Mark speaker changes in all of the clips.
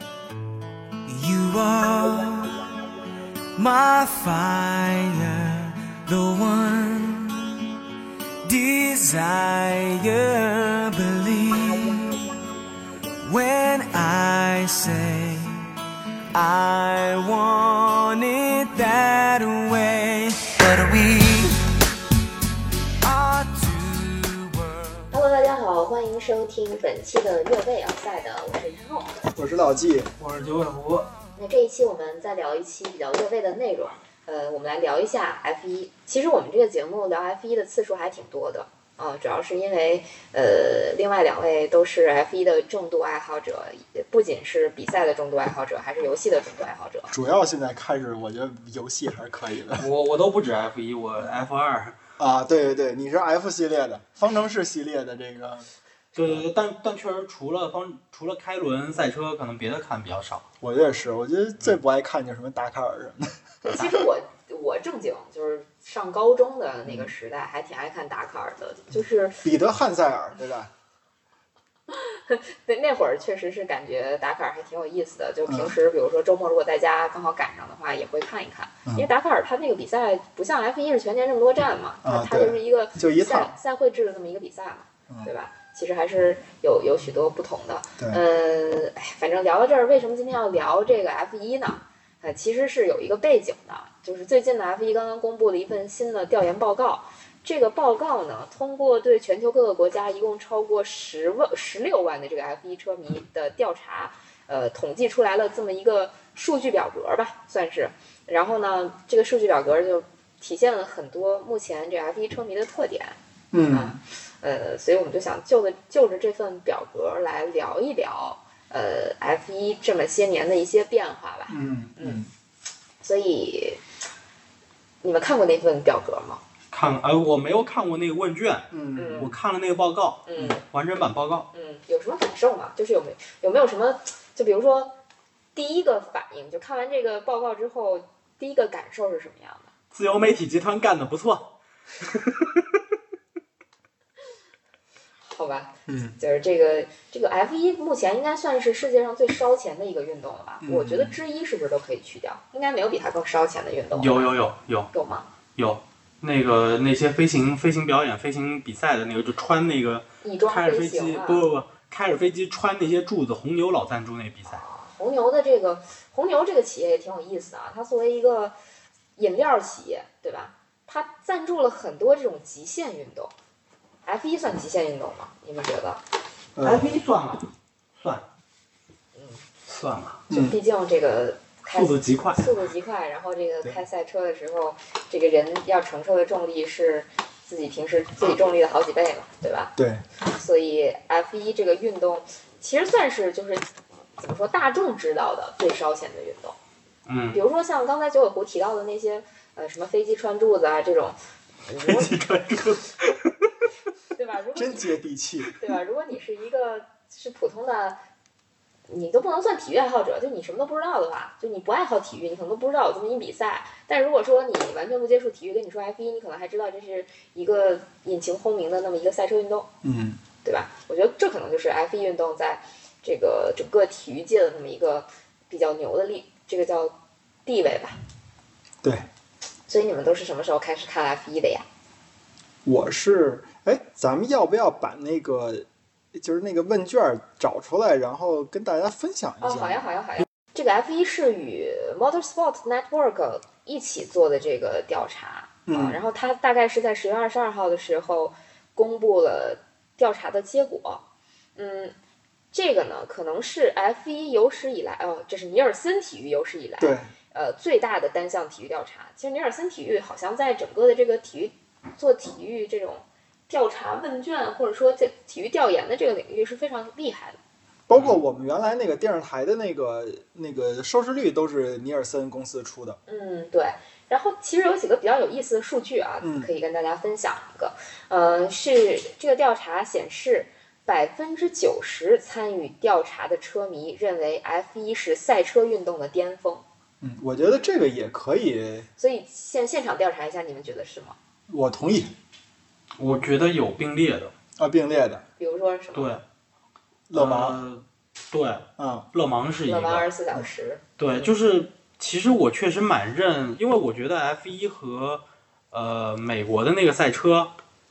Speaker 1: yeah. You are my fire, the one desire. Believe when I say I want it that way. But we are two worlds.
Speaker 2: Hello，大家好，欢迎收听本期的越位 o u t 的，我是陈浩。
Speaker 3: 我是老纪，
Speaker 4: 我是九尾狐，
Speaker 2: 那这一期我们再聊一期比较越位的内容，呃，我们来聊一下 F 一。其实我们这个节目聊 F 一的次数还挺多的啊、主要是因为呃，另外两位都是 F 一的重度爱好者，不仅是比赛的重度爱好者，还是游戏的重度爱好者。
Speaker 3: 主要现在开始，我觉得游戏还是可以的
Speaker 4: 我我都不止 F 一，我 F 二，
Speaker 3: 啊。对对对，你是 F 系列的，方程式系列的这个，
Speaker 4: 对对对，但但确实除了方除了开轮赛车，可能别的看比较少。
Speaker 3: 我也是。我觉得最不爱看就是什么达喀尔什么的。
Speaker 2: 对，其实我我正经就是上高中的那个时代，还挺爱看达喀尔的，就是
Speaker 3: 彼得汉塞尔，对吧？
Speaker 2: 那那会儿确实是感觉达喀尔还挺有意思的，就
Speaker 3: 嗯
Speaker 2: 平时比如说周末如果在家刚好赶上的话，也会看一看。
Speaker 3: 嗯
Speaker 2: 因为达喀尔它那个比赛不像 F 一是全年这么多站嘛，它
Speaker 3: 啊
Speaker 2: 它就
Speaker 3: 对
Speaker 2: 是一个
Speaker 3: 就一
Speaker 2: 赛
Speaker 3: 趟。
Speaker 2: 赛会制的这么一个比赛嘛，
Speaker 3: 嗯
Speaker 2: 对吧？其实还是有有许多不同的。
Speaker 3: 对
Speaker 2: 嗯，哎，反正聊到这儿，为什么今天要聊这个 F 一呢？呃，其实是有一个背景的，就是最近的 F 一刚刚公布了一份新的调研报告。这个报告呢，通过对全球各个国家一共超过十万、十六万的这个 F 一车迷的调查，呃，统计出来了这么一个数据表格吧，算是。然后呢，这个数据表格就体现了很多目前这 F 一车迷的特点。
Speaker 3: 嗯，
Speaker 2: 呃，所以我们就想就着就着这份表格来聊一聊，呃，F 一这么些年的一些变化吧。
Speaker 3: 嗯
Speaker 2: 嗯，所以你们看过那份表格吗？
Speaker 4: 看，呃，我没有看过那个问卷，
Speaker 3: 嗯，
Speaker 4: 我看了那个报告，
Speaker 2: 嗯
Speaker 4: 完整版报告。
Speaker 2: 嗯，有什么感受吗？就是有没有没有什么，就比如说第一个反应，就看完这个报告之后，第一个感受是什么样的？
Speaker 4: 自由媒体集团干的不错，
Speaker 2: 好吧，
Speaker 3: 嗯，
Speaker 2: 就是这个这个 F 一目前应该算是世界上最烧钱的一个运动了吧？
Speaker 3: 嗯
Speaker 2: 我觉得之一是不是都可以去掉？应该没有比它更烧钱的运动了吧
Speaker 4: 有有有有
Speaker 2: 有吗？
Speaker 4: 有，那个那些飞行飞行表演、飞行比赛的那个，就穿那个
Speaker 2: 翼装
Speaker 4: 开着
Speaker 2: 飞
Speaker 4: 飞
Speaker 2: 行
Speaker 4: 机，
Speaker 2: 啊，
Speaker 4: 不不不，开着飞机穿那些柱子，红牛老赞助那比赛。
Speaker 2: 红牛的这个红牛这个企业也挺有意思的啊，它作为一个饮料企业，对吧？它赞助了很多这种极限运动，F 一算极限运动吗？你们觉得？
Speaker 3: 呃
Speaker 2: 哎
Speaker 4: F 一算了，算，
Speaker 2: 嗯，
Speaker 4: 算了，
Speaker 2: 就毕竟这个开
Speaker 4: 嗯速度极快。
Speaker 2: 速度极快，然后这个
Speaker 3: 对
Speaker 2: 开赛车的时候，这个人要承受的重力是自己平时自己重力的好几倍嘛，对吧？
Speaker 3: 对，
Speaker 2: 所以 F 一这个运动其实算是就是怎么说大众知道的最烧钱的运动。
Speaker 4: 嗯，
Speaker 2: 比如说像刚才九尾狐提到的那些呃什么飞机穿柱子啊这种，如
Speaker 4: 飞
Speaker 2: 果
Speaker 4: 机穿柱子。
Speaker 2: 对吧？如果
Speaker 3: 真
Speaker 2: 你
Speaker 3: 接地气。
Speaker 2: 对吧？如果你是一个是普通的，你都不能算体育爱好者，就你什么都不知道的话，就你不爱好体育，你可能都不知道有这么一比赛。但如果说你完全不接触体育，跟你说 F 一，你可能还知道这是一个引擎轰鸣的那么一个赛车运动，
Speaker 3: 嗯，
Speaker 2: 对吧？我觉得这可能就是 F 一运动在这个整个体育界的那么一个比较牛的力，这个叫地位吧。
Speaker 3: 对，
Speaker 2: 所以你们都是什么时候开始看 F 一的呀？
Speaker 3: 我是，哎，咱们要不要把那个，就是那个问卷找出来，然后跟大家分享
Speaker 2: 哦，
Speaker 3: 一
Speaker 2: 好呀，
Speaker 3: 下？
Speaker 2: 好呀，好呀。这个 F 一是与 Motorsport Network 一起做的这个调查、啊，
Speaker 3: 嗯
Speaker 2: 然后它大概是在十月二十二号的时候公布了调查的结果。嗯，这个呢，可能是 F 一有史以来，哦，这是尼尔森体育有史以来
Speaker 3: 对，
Speaker 2: 呃最大的单项体育调查。其实尼尔森体育好像在整个的这个体育做体育这种调查问卷或者说这体育调研的这个领域是非常厉害的。
Speaker 3: 包括我们原来那个电视台的那个那个收视率都是尼尔森公司出的。
Speaker 2: 嗯，对。然后其实有几个比较有意思的数据啊，
Speaker 3: 嗯
Speaker 2: 可以跟大家分享一个。呃，是这个调查显示，百分之九十参与调查的车迷认为 F 一是赛车运动的巅峰。
Speaker 3: 嗯，我觉得这个也可以，
Speaker 2: 所以现现场调查一下，你们觉得是吗？
Speaker 3: 我同意。
Speaker 4: 我觉得有并列的，
Speaker 3: 啊，并列的
Speaker 2: 比如说什么
Speaker 4: 对，
Speaker 3: 勒芒，
Speaker 4: 呃对，
Speaker 3: 嗯
Speaker 4: 勒芒是一
Speaker 2: 乐玩
Speaker 4: 个，
Speaker 2: 二十四小时，嗯
Speaker 4: 对，就是其实我确实蛮认，因为我觉得 F 一和呃美国的那个赛车。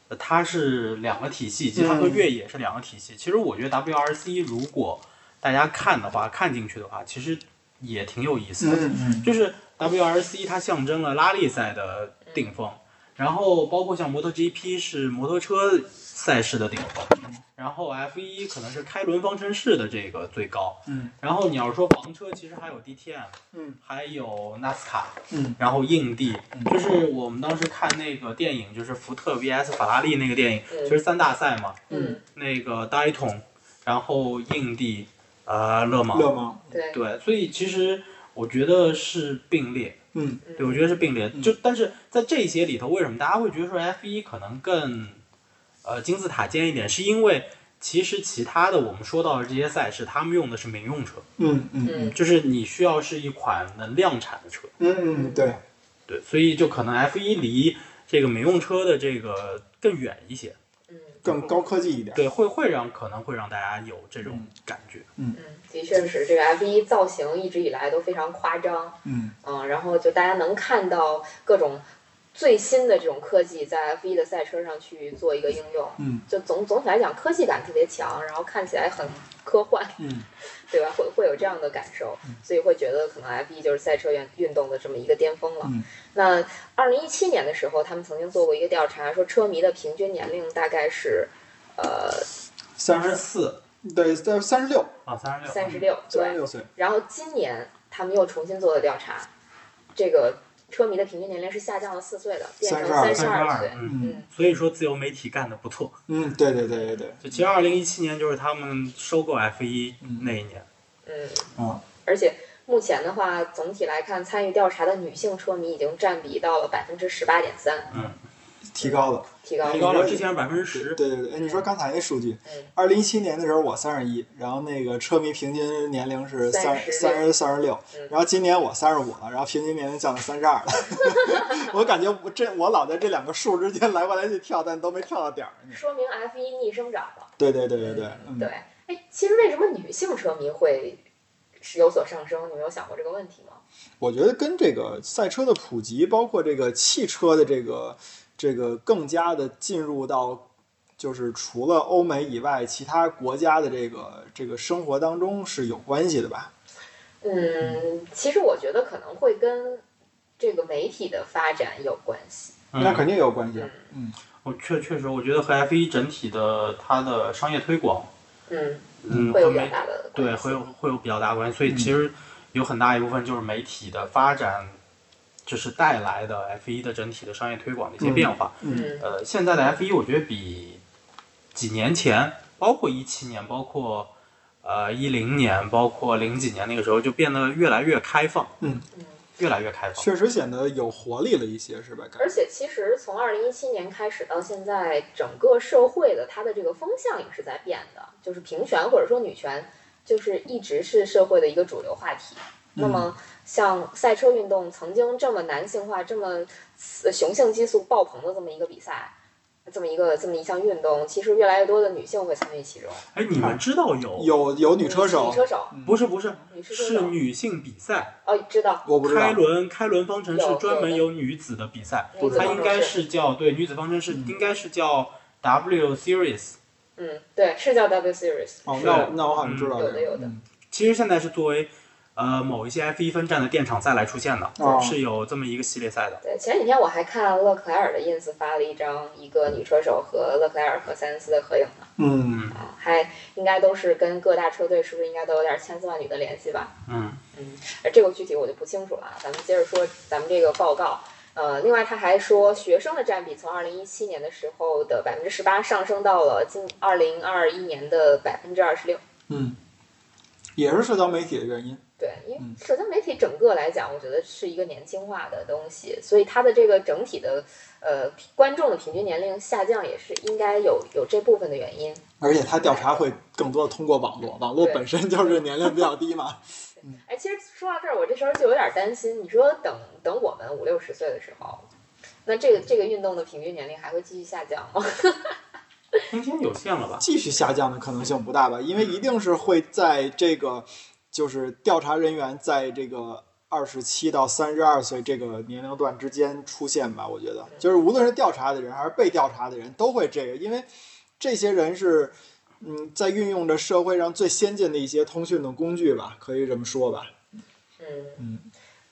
Speaker 4: 呃它是两个体系，以及它和
Speaker 3: 嗯
Speaker 4: 越野是两个体系。其实我觉得 WRC 如果大家看的话，看进去的话，其实也挺有意思的。
Speaker 3: 嗯嗯，
Speaker 4: 就是 WRC 它象征了拉力赛的顶
Speaker 3: 嗯
Speaker 4: 峰，然后包括像摩托 GP 是摩托车赛事的顶峰，
Speaker 3: 嗯
Speaker 4: 然后 F 1可能是开轮方程式的这个最高，
Speaker 3: 嗯，
Speaker 4: 然后你要说房车，其实还有 DTM，
Speaker 3: 嗯，
Speaker 4: 还有 NASCAR，
Speaker 3: 嗯，
Speaker 4: 然后硬地
Speaker 3: 嗯，
Speaker 4: 就是我们当时看那个电影，就是福特 VS 法拉利那个电影，
Speaker 2: 嗯
Speaker 4: 就是三大赛嘛，
Speaker 2: 嗯，
Speaker 4: 那个 Dayton，然后硬地，呃，勒芒，
Speaker 3: 勒芒，
Speaker 2: 对，
Speaker 4: 对，所以其实我觉得是并列。
Speaker 3: 嗯
Speaker 2: 嗯
Speaker 4: 对，我觉得是并列。
Speaker 3: 嗯
Speaker 4: 就但是在这些里头，为什么大家会觉得说 F 一可能更呃金字塔尖一点？是因为其实其他的我们说到的这些赛事，他们用的是民用车，
Speaker 3: 嗯嗯嗯
Speaker 2: 嗯
Speaker 4: 就是你需要是一款能量产的车。
Speaker 3: 嗯嗯，对，
Speaker 4: 对，所以就可能 F 一离这个民用车的这个更远一些。
Speaker 2: 嗯
Speaker 3: 更高科技一点，
Speaker 4: 对，会会让可能会让大家有这种感觉。
Speaker 2: 嗯，的确是这个 F 一造型一直以来都非常夸张，
Speaker 3: 嗯
Speaker 2: 嗯，然后就大家能看到各种最新的这种科技在 F 一的赛车上去做一个应用，
Speaker 3: 嗯
Speaker 2: 就总总体来讲科技感特别强，然后看起来很科幻，
Speaker 3: 嗯
Speaker 2: 对吧？会会有这样的感受，所以会觉得可能 F 一就是赛车运运动的这么一个巅峰了。
Speaker 3: 嗯
Speaker 2: 那二零一七年的时候，他们曾经做过一个调查，说车迷的平均年龄大概是。呃，
Speaker 3: 三
Speaker 4: 三十
Speaker 3: 十
Speaker 4: 四
Speaker 3: 对对三十六
Speaker 4: 啊，三十六，
Speaker 2: 三十六，
Speaker 3: 三十
Speaker 2: 对，
Speaker 3: 六岁，
Speaker 2: 然后今年他们又重新做了调查，这个车迷的平均年龄是下降了四岁的，变成
Speaker 3: 32
Speaker 2: 三
Speaker 4: 三
Speaker 2: 十
Speaker 4: 十
Speaker 2: 二岁
Speaker 4: 二。。嗯，
Speaker 3: 嗯
Speaker 2: 嗯
Speaker 4: 所以说自由媒体干得不错。
Speaker 3: 嗯，对对对对对，
Speaker 4: 就其实二零一七年就是他们收购 F 一那一年，
Speaker 2: 嗯，
Speaker 3: 嗯
Speaker 2: 而且目前的话，总体来看，参与调查的女性车迷已经占比到了百分之十八点三，
Speaker 3: 提高了，
Speaker 2: 提高
Speaker 4: 提
Speaker 2: 了。
Speaker 4: 高了之前百分之十。
Speaker 3: 对对对，哎，你说刚才那数据
Speaker 2: 嗯，
Speaker 3: 二零一七年的时候我三十一，然后那个车迷平均年龄是三
Speaker 2: 36
Speaker 3: 三十三十六
Speaker 2: 嗯，
Speaker 3: 然后今年我三十五了，然后平均年龄降到三十 二了，我感觉我这我老在这两个数之间来回来去跳，但都没跳到点儿。
Speaker 2: 说明 F 一逆生长了。
Speaker 3: 对对对对对，嗯，
Speaker 2: 对，哎，其实为什么女性车迷会是有所上升？你们有想过这个问题吗？嗯
Speaker 3: 我觉得跟这个赛车的普及，包括这个汽车的这个这个更加的进入到，就是除了欧美以外其他国家的这个这个生活当中是有关系的吧？
Speaker 2: 嗯，其实我觉得可能会跟这个媒体的发展有关系。
Speaker 4: 嗯
Speaker 3: 那肯定有关系
Speaker 2: 嗯。
Speaker 3: 嗯
Speaker 4: 我确确实，我觉得和 F 一整体的它的商业推广，
Speaker 2: 嗯，
Speaker 4: 嗯，
Speaker 2: 会有
Speaker 4: 和
Speaker 2: 比较
Speaker 4: 媒
Speaker 2: 大的关
Speaker 4: 对
Speaker 2: 系
Speaker 4: 会有会有比较大关系。所以
Speaker 3: 嗯
Speaker 4: 其实有很大一部分就是媒体的发展，就是带来的 F 一的整体的商业推广的一些
Speaker 3: 嗯
Speaker 4: 变化。
Speaker 3: 嗯
Speaker 2: 嗯
Speaker 4: 呃，现在的 F 一我觉得比几年前，包括一七年，包括呃一零年，包括零几年那个时候，就变得越来越开放，
Speaker 3: 嗯，
Speaker 4: 越来越开放。
Speaker 3: 确实显得有活力了一些，是吧？
Speaker 2: 而且其实从二零一七年开始到现在，整个社会的它的这个风向也是在变的，就是平权或者说女权，就是一直是社会的一个主流话题。
Speaker 3: 嗯
Speaker 2: 那么，像赛车运动曾经这么男性化、这么呃雄性激素爆棚的这么一个比赛，这么一个这么一项运动，其实越来越多的女性会参与其中。
Speaker 4: 哎，你们知道有
Speaker 3: 有有女车手
Speaker 2: 女，车手，
Speaker 4: 不是不是
Speaker 2: 女车手
Speaker 4: 嗯是女性比赛，
Speaker 2: 哦，知道，
Speaker 3: 我不知道。
Speaker 4: 开轮开轮方程
Speaker 2: 有
Speaker 4: 式专门
Speaker 2: 有
Speaker 4: 有女子的比赛，
Speaker 2: 女
Speaker 3: 不
Speaker 2: 子
Speaker 3: 知道
Speaker 4: 它
Speaker 2: 方
Speaker 4: 应
Speaker 2: 程
Speaker 4: 该
Speaker 2: 式，
Speaker 4: 是叫对女子方程式
Speaker 3: 嗯
Speaker 4: 应该是叫 W Series。
Speaker 2: 嗯，对，是叫 W Series，
Speaker 3: 哦，
Speaker 4: 是
Speaker 3: 那我那我好像知道
Speaker 2: 有
Speaker 3: 这
Speaker 2: 的
Speaker 3: 个。
Speaker 2: 有的
Speaker 3: 嗯
Speaker 4: 其实现在是作为呃某一些 F 一分站的电场赛来出现的，
Speaker 3: 哦
Speaker 4: 是有这么一个系列赛的。
Speaker 2: 对，呃前几天我还看勒克莱尔的 ins 发了一张一个女车手和勒克莱尔和塞恩斯的合影呢，
Speaker 3: 嗯，
Speaker 2: 啊，还应该都是跟各大车队是不是应该都有点千丝万缕的联系吧？
Speaker 4: 嗯，
Speaker 2: 呃，这个具体我就不清楚了啊，咱们接着说咱们这个报告。呃，另外他还说，学生的占比从二零一七年的时候的百分之十八上升到了今二零二一年的百分之二十六。
Speaker 3: 嗯也是社交媒体的原因。
Speaker 2: 对，因为
Speaker 3: 嗯
Speaker 2: 社交媒体整个来讲，我觉得是一个年轻化的东西，所以它的这个整体的呃观众的平均年龄下降也是应该有有这部分的原因。
Speaker 3: 而且他调查会更多地通过网络，网络
Speaker 2: 对
Speaker 3: 本身就是年龄比较低嘛。
Speaker 2: 哎，其实说到这儿，我这时候就有点担心，你说等等我们五六十岁的时候，那这个这个运动的平均年龄还会继续下降吗？
Speaker 4: 空间有限了吧？
Speaker 3: 继续下降的可能性不大吧，因为一定是会在这个就是调查人员在这个二十七到三十二岁这个年龄段之间出现吧。我觉得，就是无论是调查的人还是被调查的人都会这个，因为这些人是嗯在运用着社会上最先进的一些通讯的工具吧，可以这么说吧。
Speaker 2: 嗯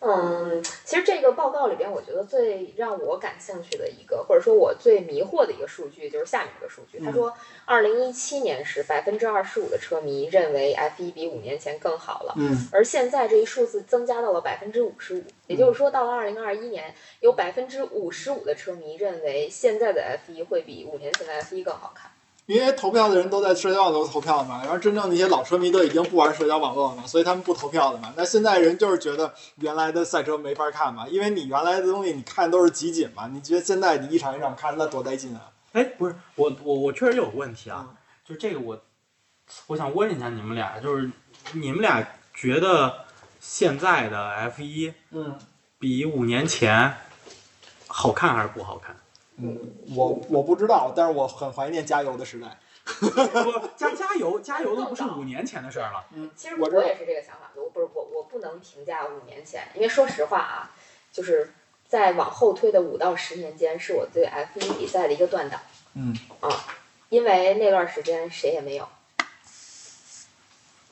Speaker 2: 嗯，其实这个报告里边，我觉得最让我感兴趣的一个，或者说我最迷惑的一个数据，就是下面这个数据。他说，二零一七年时，百分之二十五的车迷认为 F 一比五年前更好了，
Speaker 3: 嗯，
Speaker 2: 而现在这一数字增加到了百分之五十五，也就是说，到了二零二一年，有百分之五十五的车迷认为现在的 F 一会比五年前的 F 一更好看。
Speaker 3: 因为投票的人都在社交网络投票嘛，然后真正那些老车迷都已经不玩社交网络了嘛，所以他们不投票了嘛。那现在人就是觉得原来的赛车没法看嘛，因为你原来的东西你看都是集锦嘛，你觉得现在你一场一场看，那多带劲啊！
Speaker 4: 哎，不是，我我我确实有问题
Speaker 2: 嗯
Speaker 4: 啊，就这个我，我想问一下你们俩，就是你们俩觉得现在的 F 一
Speaker 3: 嗯
Speaker 4: 比五年前好看还是不好 看？
Speaker 3: 嗯，我我不知道，但是我很怀念加油的时代。
Speaker 4: 不，加加油加油的不是五年前的事儿了，
Speaker 2: 其实
Speaker 3: 我这
Speaker 2: 我也是这个想法的，我不是我我不能评价五年前，因为说实话啊，就是在往后推的五到十年间，是我对 F 一比赛的一个断档，
Speaker 3: 嗯
Speaker 2: 因为那段时间谁也没有，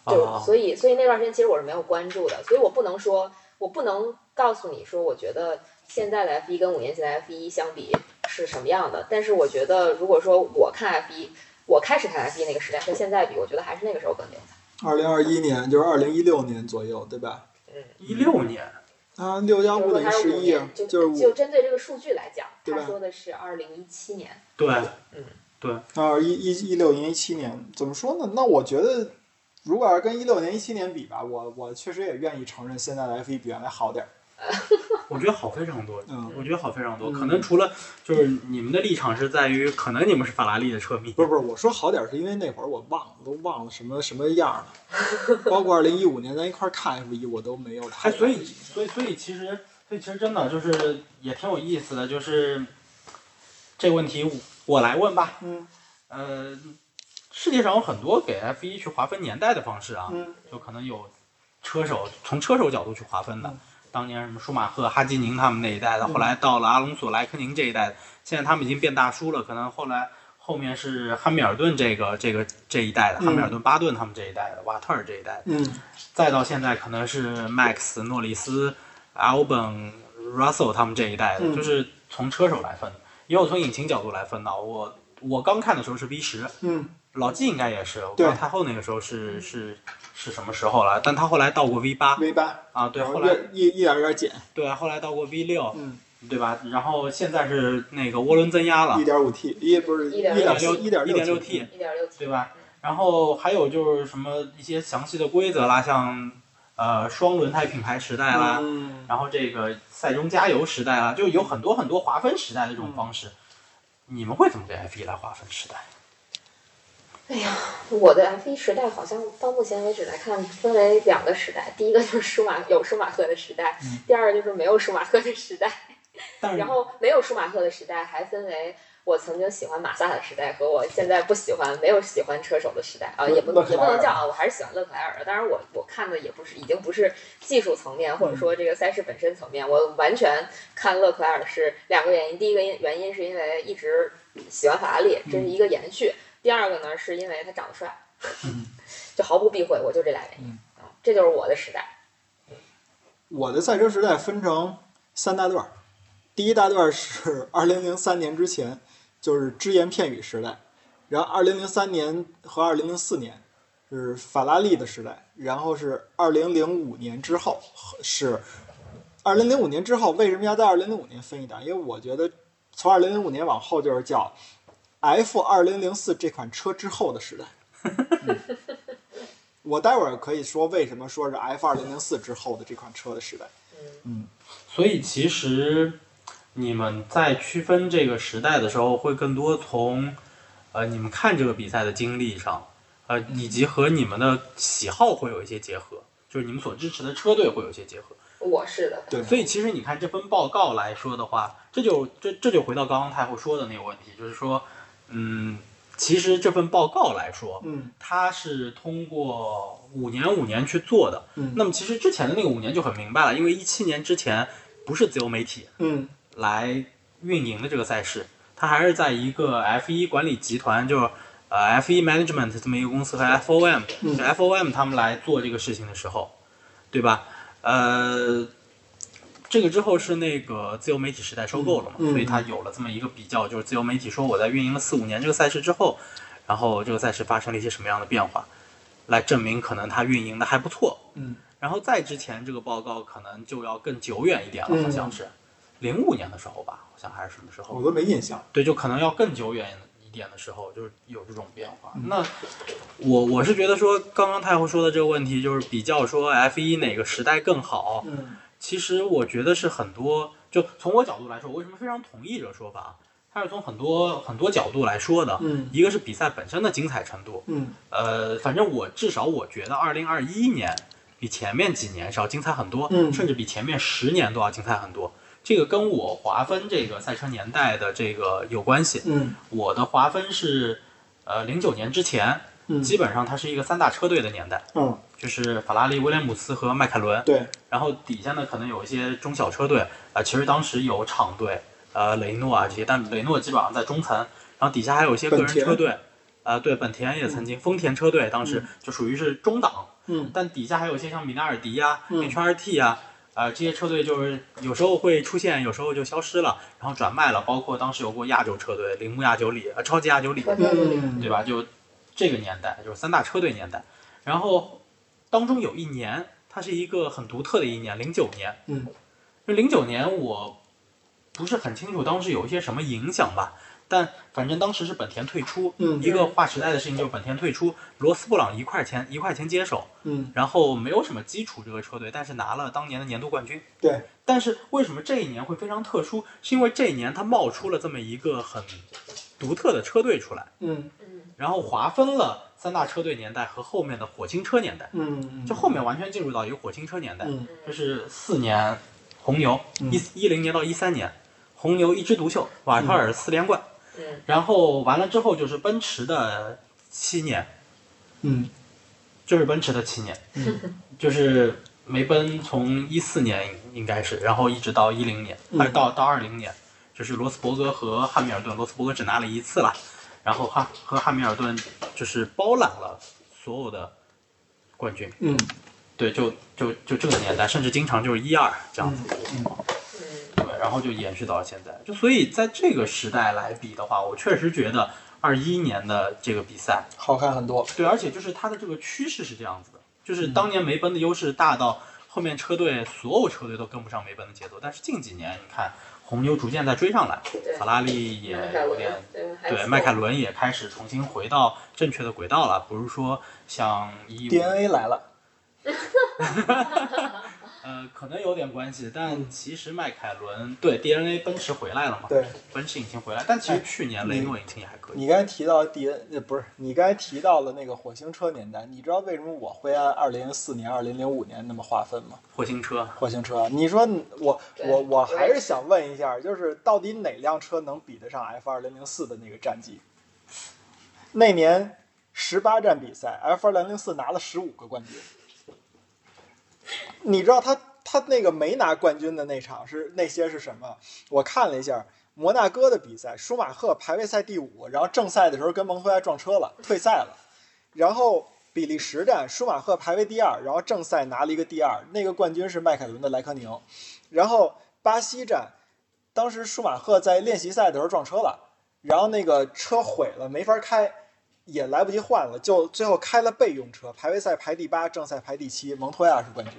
Speaker 2: 对，
Speaker 4: 啊
Speaker 2: 所以所以那段时间其实我是没有关注的，所以我不能说，我不能告诉你说，我觉得现在的 F 一跟五年前的 F 一相比是什么样的，但是我觉得如果说我看 F 一，我开始看 F 一那个时代和现在比，我觉得还是那个时候更精彩。
Speaker 3: 二零二一年就是二零一六年左右，对吧？
Speaker 4: 一六年，
Speaker 3: 啊，六幺
Speaker 2: 就是
Speaker 3: 不
Speaker 2: 说
Speaker 3: 等于
Speaker 2: 它是
Speaker 3: 十
Speaker 2: 五
Speaker 3: 一啊
Speaker 2: 年，，就
Speaker 3: 就是五
Speaker 2: 针对这个数据来讲，
Speaker 3: 对吧
Speaker 2: 他说的是二零一七年。
Speaker 4: 对，
Speaker 3: 啊一一一六年一七年，怎么说呢？那我觉得，如果要是跟一六年一七年比吧，我我确实也愿意承认现在的 F 一比原来好点儿。
Speaker 4: 我觉得好非常多。
Speaker 3: 嗯，
Speaker 4: 我觉得好非常多，
Speaker 3: 嗯
Speaker 4: 可能除了就是你们的立场是在于，可能你们是法拉利的车迷，
Speaker 3: 不是不是，我说好点儿是因为那会儿我忘了，都忘了什么什么样儿了。包括二零一五年咱一块儿看 F 一，我都没有太
Speaker 4: 哎，所以所以所以其实所以其实真的就是也挺有意思的，就是这个问题我我来问吧。
Speaker 3: 嗯
Speaker 4: 呃，世界上有很多给 F 一去划分年代的方式啊，
Speaker 3: 嗯
Speaker 4: 就可能有车手从车手角度去划分的
Speaker 3: 嗯，
Speaker 4: 当年什么舒马赫、哈基宁他们那一代的，后来到了阿隆索、莱科宁这一代，现在他们已经变大叔了，可能后来。后面是汉密尔顿这个这个这一代的，
Speaker 3: 嗯
Speaker 4: 汉密尔顿、巴顿他们这一代的，瓦特尔这一代的，
Speaker 3: 嗯
Speaker 4: 再到现在可能是 Max、诺里斯、Albon、Russell 他们这一代的，
Speaker 3: 嗯
Speaker 4: 就是从车手来分的，也有从引擎角度来分的。我我刚看的时候是 V 十，
Speaker 3: 嗯
Speaker 4: 老纪应该也是，我不知
Speaker 3: 对
Speaker 4: 道太后那个时候是是是什么时候了，但他后来到过 V 八
Speaker 3: ，V 八，
Speaker 4: 啊，对，
Speaker 3: 然
Speaker 4: 后
Speaker 3: 后
Speaker 4: 来
Speaker 3: 越一一点儿一点儿减，
Speaker 4: 对，啊后来到过 V 六，
Speaker 3: 嗯，
Speaker 4: 对吧？然后现在是那个涡轮增压了
Speaker 3: 一，点五 T，一不是
Speaker 2: 1.6
Speaker 3: 一点
Speaker 4: 六
Speaker 3: 一
Speaker 4: 啊点
Speaker 3: 点
Speaker 4: 六
Speaker 3: T，
Speaker 4: T，
Speaker 2: 一点六嗯 T，
Speaker 4: 对吧？然后还有就是什么一些详细的规则啦，像呃双轮胎品牌时代啦，
Speaker 3: 嗯，
Speaker 4: 然后这个赛中加油时代啊，就有很多很多划分时代的
Speaker 3: 嗯
Speaker 4: 这种方式。你们会怎么给 F 一来划分时代？
Speaker 2: 哎呀，我的 F 一时代好像到目前为止来看分为两个时代，第一个就是舒马有舒马赫的时代，
Speaker 4: 嗯
Speaker 2: 第二个就是没有舒马赫的时代。
Speaker 4: 但是
Speaker 2: 然后没有舒马赫的时代还分为我曾经喜欢马萨的时代和我现在不喜欢没有喜欢车手的时代啊，
Speaker 3: 勒
Speaker 2: 也不
Speaker 3: 勒克
Speaker 2: 也
Speaker 3: 莱
Speaker 2: 不
Speaker 3: 尔
Speaker 2: 能叫啊，我还是喜欢勒克莱尔的。当然我我看的也不是已经不是技术层面或者说这个赛事本身层面，我完全看勒克莱尔是两个原因，第一个因原因是因为一直喜欢法拉利，这是一个延续；第二个呢是因为他长得帅，嗯 就毫不避讳，我就这俩原因啊，这就是我的时代。
Speaker 3: 我的赛车时代分成三大段儿，第一大段儿是 二零零三年之前，就是只言片语时代；然后二零零三年和二零零四年是法拉利的时代；然后是二零零五年之后是二零零五年之后，为什么要在二零零五年分一档？因为我觉得从二零零五年往后就是叫 F 二零零四这款车之后的时代。我待会儿可以说为什么说是 F 二零零四之后的这款车的时代。
Speaker 4: 所以其实你们在区分这个时代的时候，会更多从呃你们看这个比赛的经历上，呃以及和你们的喜好会有一些结合，就是你们所支持的车队会有一些结合。
Speaker 2: 我是的，
Speaker 3: 对
Speaker 4: 所以其实你看这份报告来说的话，这就这这就回到刚刚太后说的那个问题，就是说，嗯，其实这份报告来说，
Speaker 3: 嗯
Speaker 4: 它是通过五年五年去做的。
Speaker 3: 嗯
Speaker 4: 那么其实之前的那个五年就很明白了，因为一七年之前不是自由媒体
Speaker 3: 嗯
Speaker 4: 来运营的这个赛事，它还是在一个 F 1管理集团，就是呃 F 1 Management 这么一个公司和 FOM，、
Speaker 3: 嗯
Speaker 4: 就 FOM 他们来做这个事情的时候，对吧？呃，这个之后是那个自由媒体时代收购了嘛，
Speaker 3: 嗯嗯
Speaker 4: 所以它有了这么一个比较，就是自由媒体说我在运营了四五年这个赛事之后，然后这个赛事发生了一些什么样的变化，来证明可能它运营的还不错，
Speaker 3: 嗯
Speaker 4: 然后再之前这个报告可能就要更久远一点了，
Speaker 3: 嗯
Speaker 4: 好像是零五年的时候吧，好像还是什么时
Speaker 3: 我
Speaker 4: 候？
Speaker 3: 都没印象。
Speaker 4: 对，就可能要更久远一点的时候，就是有这种变化。
Speaker 3: 嗯
Speaker 4: 那我我是觉得说，刚刚太后说的这个问题，就是比较说 F 一哪个时代更好，
Speaker 3: 嗯
Speaker 4: 其实我觉得是很多，就从我角度来说，我为什么非常同意这个说法啊？它是从很多很多角度来说的，
Speaker 3: 嗯
Speaker 4: 一个是比赛本身的精彩程度，
Speaker 3: 嗯
Speaker 4: 呃，反正我至少我觉得二零二一年比前面几年是要精彩很多，
Speaker 3: 嗯
Speaker 4: 甚至比前面十年都要精彩很多。这个跟我划分这个赛车年代的这个有关系。
Speaker 3: 嗯
Speaker 4: 我的划分是，呃，零九年之前，
Speaker 3: 嗯
Speaker 4: 基本上它是一个三大车队的年代，
Speaker 3: 嗯，
Speaker 4: 就是法拉利、威廉姆斯和迈凯伦。
Speaker 3: 对，
Speaker 4: 然后底下呢可能有一些中小车队啊、呃其实当时有厂队，呃，雷诺啊这些，但雷诺基本上在中层，然后底下还有一些个人
Speaker 3: 本田
Speaker 4: 车队，呃，对，本田也曾经，丰田车队当时就属于是中档，
Speaker 3: 嗯
Speaker 4: 但底下还有一些像米纳尔迪啊呀、
Speaker 3: 嗯
Speaker 4: HRT 呀、啊，呃，这些车队就是有时候会出现，有时候就消失了，然后转卖了，包括当时有过亚洲车队铃木亚久里、呃，超级亚久里，
Speaker 2: 对
Speaker 3: 嗯
Speaker 4: 对吧？就这个年代，就是三大车队年代。然后当中有一年，它是一个很独特的一年，零九年。
Speaker 3: 嗯，
Speaker 4: 就零九年我不是很清楚当时有一些什么影响吧，但反正当时是本田退出，
Speaker 3: 嗯
Speaker 4: 一个划时代的事情就是本田退出，罗斯布朗一块钱一块钱接手，
Speaker 3: 嗯
Speaker 4: 然后没有什么基础这个车队，但是拿了当年的年度冠军。
Speaker 3: 对，
Speaker 4: 但是为什么这一年会非常特殊？是因为这一年它冒出了这么一个很独特的车队出来。
Speaker 3: 嗯
Speaker 2: 嗯
Speaker 4: 然后划分了三大车队年代和后面的火星车年代，
Speaker 3: 嗯，
Speaker 4: 就后面完全进入到一个火星车年代，
Speaker 3: 嗯
Speaker 4: 就是四年红牛
Speaker 3: 嗯
Speaker 4: 一一零年到一三年，红牛一枝独秀，瓦特尔四连冠，
Speaker 2: 嗯
Speaker 4: 然后完了之后就是奔驰的七年，
Speaker 3: 嗯
Speaker 4: 就是奔驰的七年，
Speaker 3: 嗯
Speaker 4: 就是梅奔从一四年应该是，然后一直到一零年，
Speaker 3: 嗯
Speaker 4: 还是到到二零年，就是罗斯伯格和汉密尔顿，罗斯伯格只拿了一次了，然后汉和汉密尔顿就是包揽了所有的冠军，
Speaker 3: 嗯
Speaker 4: 对，就就就这个年代，甚至经常就是一二这样子，
Speaker 2: 嗯
Speaker 4: 对，然后就延续到了现在，就所以在这个时代来比的话，我确实觉得二一年的这个比赛
Speaker 3: 好看很多。
Speaker 4: 对，而且就是它的这个趋势是这样子的，就是
Speaker 3: 嗯
Speaker 4: 当年梅奔的优势大到后面车队所有车队都跟不上梅奔的节奏，但是近几年你看红牛逐渐在追上来
Speaker 2: 对，
Speaker 4: 法拉利也
Speaker 2: 迈凯
Speaker 4: 哎有
Speaker 2: 伦
Speaker 4: 点
Speaker 2: 对嗯还
Speaker 4: 对，
Speaker 2: 错
Speaker 4: 迈凯伦也开始重新回到正确的轨道了，不是说像一五
Speaker 3: DNA 来了，
Speaker 4: 呃可能有点关系，但其实迈凯伦对 DNA 奔驰回来了嘛，
Speaker 3: 嗯对，
Speaker 4: 奔驰引擎回来，但其实
Speaker 3: 哎
Speaker 4: 去年雷诺引擎也还可以，
Speaker 3: 你刚才提到 DNA 呃不是你刚才提到了那个火星车年代，你知道为什么我会按二零零四年、二零零五年那么划分吗？
Speaker 4: 火星车
Speaker 3: 火星车，你说你我
Speaker 2: 对
Speaker 3: 我我还是想问一下，就是到底哪辆车能比得上 F 二零零四的那个战绩？那年十八站比赛，F 二零零四拿了十五个冠军。你知道他他那个没拿冠军的那场是那些是什么？我看了一下摩纳哥的比赛，舒马赫排位赛第五，然后正赛的时候跟蒙托莱撞车了，退赛了。然后比利时站，舒马赫排为第二，然后正赛拿了一个第二，那个冠军是迈凯伦的莱科宁。然后巴西站，当时舒马赫在练习赛的时候撞车了，然后那个车毁了，没法开，也来不及换了，就最后开了备用车，排位赛排第八，正赛排第七，蒙托亚是冠军。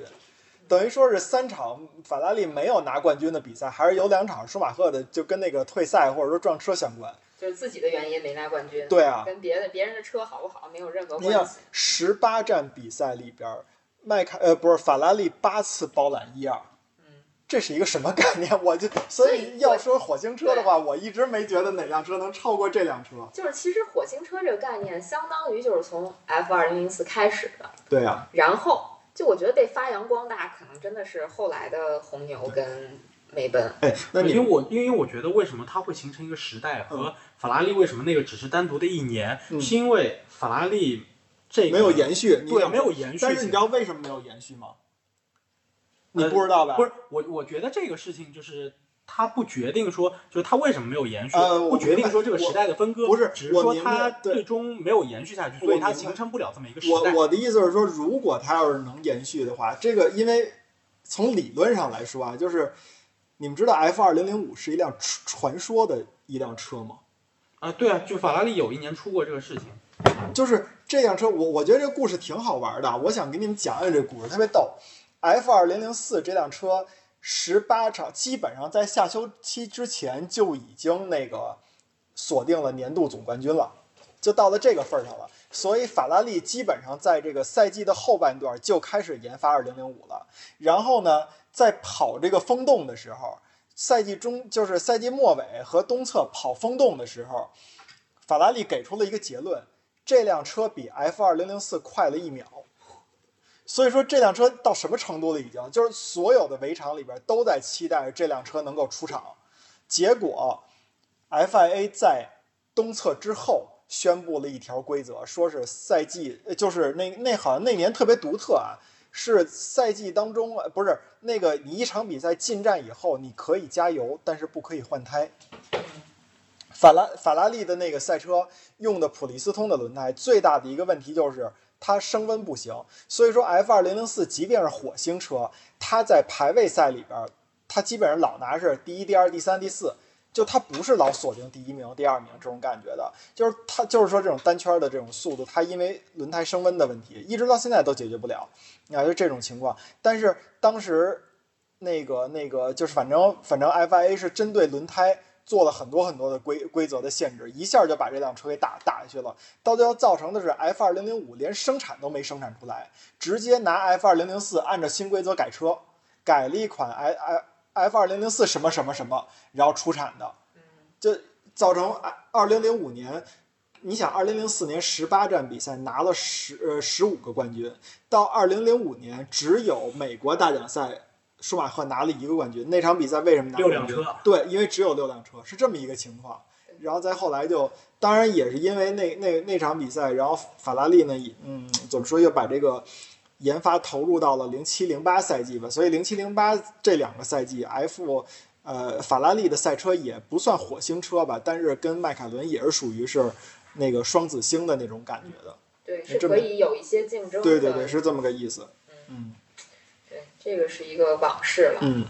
Speaker 3: 等于说是三场法拉利没有拿冠军的比赛，还是有两场舒马赫的就跟那个退赛或者说撞车相关。
Speaker 2: 就是自己的原因没拿冠军，
Speaker 3: 对啊，
Speaker 2: 跟别的别人的车好不好没有任何
Speaker 3: 你
Speaker 2: 关
Speaker 3: 想
Speaker 2: 系。
Speaker 3: 十八站比赛里边儿，迈凯呃不是法拉利八次包揽一二，这是一个什么概念？我就所
Speaker 2: 所
Speaker 3: 以
Speaker 2: 以
Speaker 3: 要
Speaker 2: 我
Speaker 3: 说火星车的话，我一直没觉得哪辆车能超过这辆车。
Speaker 2: 就是其实火星车这个概念，相当于就是从 F 二零零四开始的，
Speaker 3: 对啊呀、
Speaker 2: 然后就我觉得被发扬光大，可能真的是后来的红牛跟梅奔。
Speaker 3: 哎，那
Speaker 4: 因为
Speaker 3: 你
Speaker 4: 我因为我觉得为什么它会形成一个时代，和法拉利为什么那个只是单独的一年，
Speaker 3: 嗯
Speaker 4: 是因为法拉利这个
Speaker 3: 没有延续，你
Speaker 4: 对啊
Speaker 3: 想
Speaker 4: 没有延续性，
Speaker 3: 但是你知道为什么没有延续吗？你
Speaker 4: 呃
Speaker 3: 不知道吧？
Speaker 4: 不是我我觉得这个事情就是。它不决定说，就是它为什么没有延续，
Speaker 3: 呃我
Speaker 4: 不
Speaker 3: 明
Speaker 4: 决定
Speaker 3: 白
Speaker 4: 说这个
Speaker 3: 我
Speaker 4: 时代的分割，
Speaker 3: 不是
Speaker 4: 只是
Speaker 3: 我
Speaker 4: 说
Speaker 3: 明
Speaker 4: 它
Speaker 3: 白对
Speaker 4: 最终没有延续下去，
Speaker 3: 我
Speaker 4: 所以它
Speaker 3: 明白
Speaker 4: 形成不了这么一个时代。
Speaker 3: 我我的意思是说，如果它要是能延续的话，这个因为从理论上来说啊，就是你们知道 F 二零零五是一辆传传说的一辆车吗？
Speaker 4: 啊，对啊，就法拉利有一年出过这个事情，
Speaker 3: 就是这辆车，我我觉得这故事挺好玩的，啊我想给你们讲讲这故事，特别逗。F 二零零四这辆车，十八场基本上在下休期之前就已经那个锁定了年度总冠军了，就到了这个份儿上了。所以法拉利基本上在这个赛季的后半段就开始研发二零零五了。然后呢，在跑这个风洞的时候，赛季中就是赛季末尾和东侧跑风洞的时候，法拉利给出了一个结论，这辆车比 F 二零零四快了一秒。所以说这辆车到什么程度了？已经就是所有的围场里边都在期待这辆车能够出场，结果 FIA 在东侧之后宣布了一条规则，说是赛季，呃就是那那好像那年特别独特啊，是赛季当中呃不是那个你一场比赛进站以后，你可以加油，但是不可以换胎。法拉法拉利的那个赛车用的普利司通的轮胎，最大的一个问题就是它升温不行。所以说 F 二零零四即便是火星车，它在排位赛里边儿，它基本上老拿是第一、第二、第三、第四，就它不是老锁定第一名、第二名这种感觉的，就是它就是说这种单圈的这种速度，它因为轮胎升温的问题，一直到现在都解决不了，啊，就这种情况。但是当时那个那个就是反正反正 FIA 是针对轮胎做了很多很多的规规则的限制，一下就把这辆车给打打下去了。到最后造成的是 F 二零零五连生产都没生产出来，直接拿 F 二零零四按照新规则改车，改了一款 I I F 二零零四什么什么什么，然后出产的，就造成二零零五年。你想，二零零四年十八站比赛拿了十呃十五个冠军，到二零零五年只有美国大奖赛舒马赫拿了一个冠军。那场比赛为什么拿
Speaker 4: 六辆
Speaker 3: 冠军
Speaker 4: 车
Speaker 3: 对，因为只有六辆车，是这么一个情况。然后再后来就，当然也是因为那那那场比赛，然后法拉利呢，也嗯，怎么说又把这个研发投入到了零七零八赛季吧，所以零七零八这两个赛季，F 呃法拉利的赛车也不算火星车吧，但是跟迈凯伦也是属于是那个双子星的那种感觉的，
Speaker 2: 对，
Speaker 3: 哎
Speaker 2: 是
Speaker 3: 这
Speaker 2: 可
Speaker 3: 么
Speaker 2: 以有一些竞争的。
Speaker 3: 对对对，是这么个意思，嗯
Speaker 2: 对这个是一个往事了。
Speaker 3: 嗯，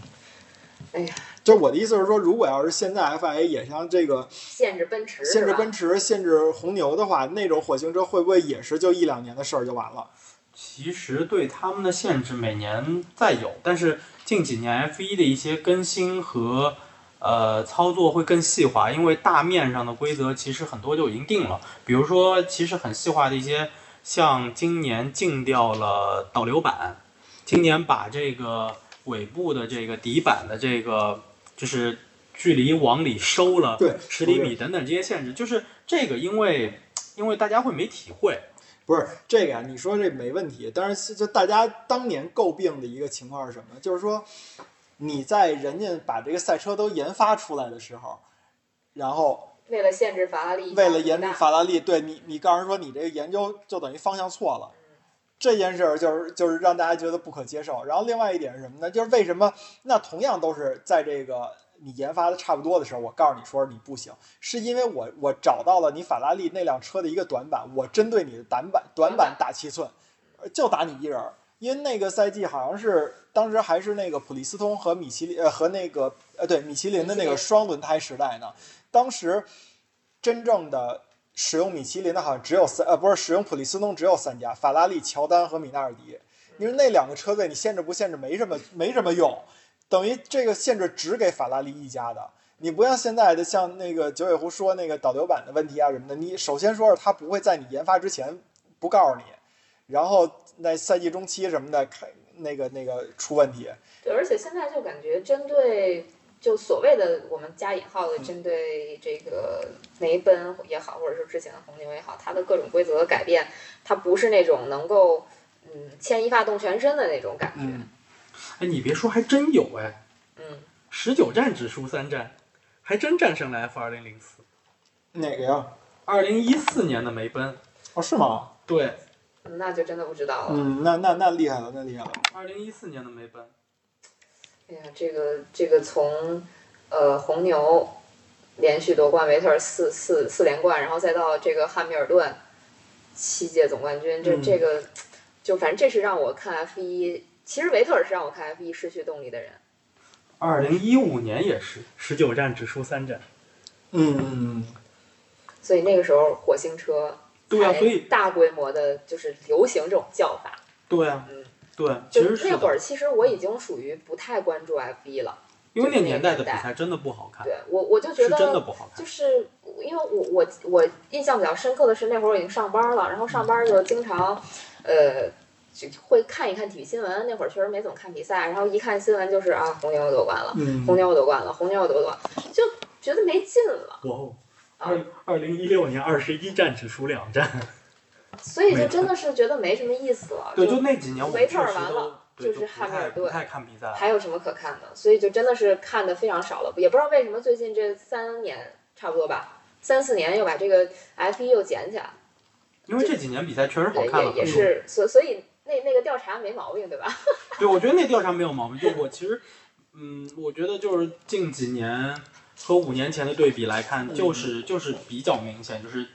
Speaker 2: 哎呀，
Speaker 3: 就我的意思是说，如果要是现在 FIA 也像这个
Speaker 2: 限制奔驰，
Speaker 3: 限制奔
Speaker 2: 驰。
Speaker 3: 驰、限制红牛的话，那种火星车会不会也是就一两年的事儿就完了？
Speaker 4: 其实对他们的限制每年在有，但是近几年 F 1的一些更新和呃操作会更细化，因为大面上的规则其实很多就已经定了。比如说，其实很细化的一些，像今年禁掉了导流板，今年把这个尾部的这个底板的这个就是距离往里收了
Speaker 3: 对
Speaker 4: 十厘
Speaker 3: 我
Speaker 4: 米等等这些限制，就是这个因为因为大家会没体会。
Speaker 3: 不是这个呀，你说这没问题，但是就大家当年诟病的一个情况是什么？就是说你在人家把这个赛车都研发出来的时候，然后
Speaker 2: 为了限制法拉利，
Speaker 3: 为了研制，法拉利，对你你告诉说你这个研究就等于方向错了。这件事儿就是就是让大家觉得不可接受。然后另外一点是什么呢？就是为什么那同样都是在这个你研发的差不多的时候，我告诉你说你不行，是因为我我找到了你法拉利那辆车的一个短板，我针对你的短板短板打七寸，呃就打你一人儿。因为那个赛季好像是当时还是那个普利司通和米其林呃和那个呃对米其林的那个双轮胎时代呢，当时真正的使用米其林的好像只有三，呃，不是使用普利司通只有三家，法拉利、乔丹和米纳尔迪。因为那两个车队你限制不限制没什么没什么用，等于这个限制只给法拉利一家的。你不像现在的像那个九尾狐说那个导流板的问题啊什么的，你首先说是他不会在你研发之前不告诉你，然后在赛季中期什么的开那个那个出问题，
Speaker 2: 对，而且现在就感觉针对就所谓的我们加引号的针对这个梅奔也好，或者是之前的红牛也好，它的各种规则的改变，它不是那种能够嗯牵一发动全身的那种感觉。
Speaker 3: 嗯，
Speaker 4: 哎，你别说，还真有哎。
Speaker 2: 嗯，
Speaker 4: 十九站只输三站，还真战胜了 F 二零零四。
Speaker 3: 哪个呀？
Speaker 4: 二零一四年的梅奔，
Speaker 3: 哦，是吗？
Speaker 4: 对，
Speaker 2: 嗯那就真的不知道了。
Speaker 3: 嗯，那那那厉害了，那厉害了。
Speaker 4: 二零一四年的梅奔，
Speaker 2: 哎呀，这个这个从呃红牛连续夺冠，维特尔四四四连冠，然后再到这个汉密尔顿七届总冠军，这、
Speaker 3: 嗯
Speaker 2: 这个就反正这是让我看 F 一，其实维特尔是让我看 F 一失去动力的人。
Speaker 4: 二零一五年也是十九站只输三站。
Speaker 3: 嗯嗯嗯，
Speaker 2: 所以那个时候火星车
Speaker 4: 对啊，
Speaker 2: 才
Speaker 4: 所以
Speaker 2: 大规模的就是流行这种叫法。
Speaker 4: 对啊
Speaker 2: 嗯，
Speaker 4: 对，其
Speaker 2: 就
Speaker 4: 实是
Speaker 2: 那会
Speaker 4: 的，
Speaker 2: 儿，其实我已经属于不太关注 F 一了。
Speaker 4: 因为
Speaker 2: 就
Speaker 4: 那
Speaker 2: 是那
Speaker 4: 年
Speaker 2: 个
Speaker 4: 代的比
Speaker 2: 年代
Speaker 4: 赛真的不好看，
Speaker 2: 对我，我就觉
Speaker 4: 啊是
Speaker 2: 得
Speaker 4: 真的不好看。
Speaker 2: 就是因为我我我印象比较深刻的是那会儿我已经上班了，然后上班就经常，呃，就会看一看体育新闻。那会儿确实没怎么看比赛，然后一看新闻就是啊，红牛夺冠了，
Speaker 3: 嗯
Speaker 2: 红牛夺冠了，红牛夺冠了，就觉得没劲了。
Speaker 4: 哇哦，
Speaker 2: 啊
Speaker 4: 二二零一六年二十一站只输两站，
Speaker 2: 所以就真的是觉得没什么意思了。
Speaker 4: 对，就那几年我们
Speaker 2: 没
Speaker 4: 确
Speaker 2: 事儿
Speaker 4: 实
Speaker 2: 完
Speaker 4: 都
Speaker 2: 了
Speaker 4: 对
Speaker 2: 就是
Speaker 4: 就不
Speaker 2: 汉密
Speaker 4: 太
Speaker 2: 尔顿
Speaker 4: 不太看比赛了，
Speaker 2: 还有什么可看的？所以就真的是看的非常少了，也不知道为什么最近这三年差不多吧，三四年又把这个 F 一又捡起来，
Speaker 4: 因为这几年比赛确实好
Speaker 2: 对，
Speaker 4: 看了嗯
Speaker 2: 也也
Speaker 4: 很多。
Speaker 2: 是，所所以那那个调查没毛病，对吧？
Speaker 4: 对，我觉得那调查没有毛病。就我其实，嗯，我觉得就是近几年和五年前的对比来看，就是就是比较明显，就是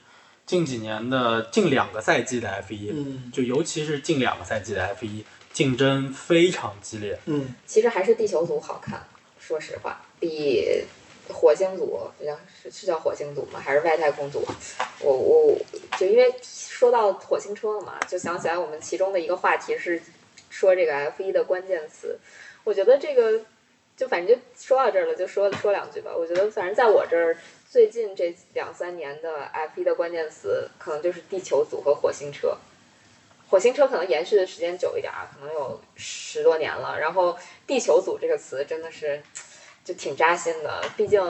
Speaker 4: 近几年的近两个赛季的 F 一，
Speaker 3: 嗯
Speaker 4: 就尤其是近两个赛季的 F 一竞争非常激烈。
Speaker 3: 嗯，
Speaker 2: 其实还是地球组好看，说实话，比火星组叫是是叫火星组吗？还是外太空组？啊我我就因为说到火星车了嘛，就想起来我们其中的一个话题是说这个 F 一的关键词。我觉得这个就反正就说到这儿了，就说说两句吧。我觉得反正在我这儿。最近这两三年的 F 一的关键词可能就是地球组和火星车，火星车可能延续的时间久一点啊，可能有十多年了。然后地球组这个词真的是就挺扎心的，毕竟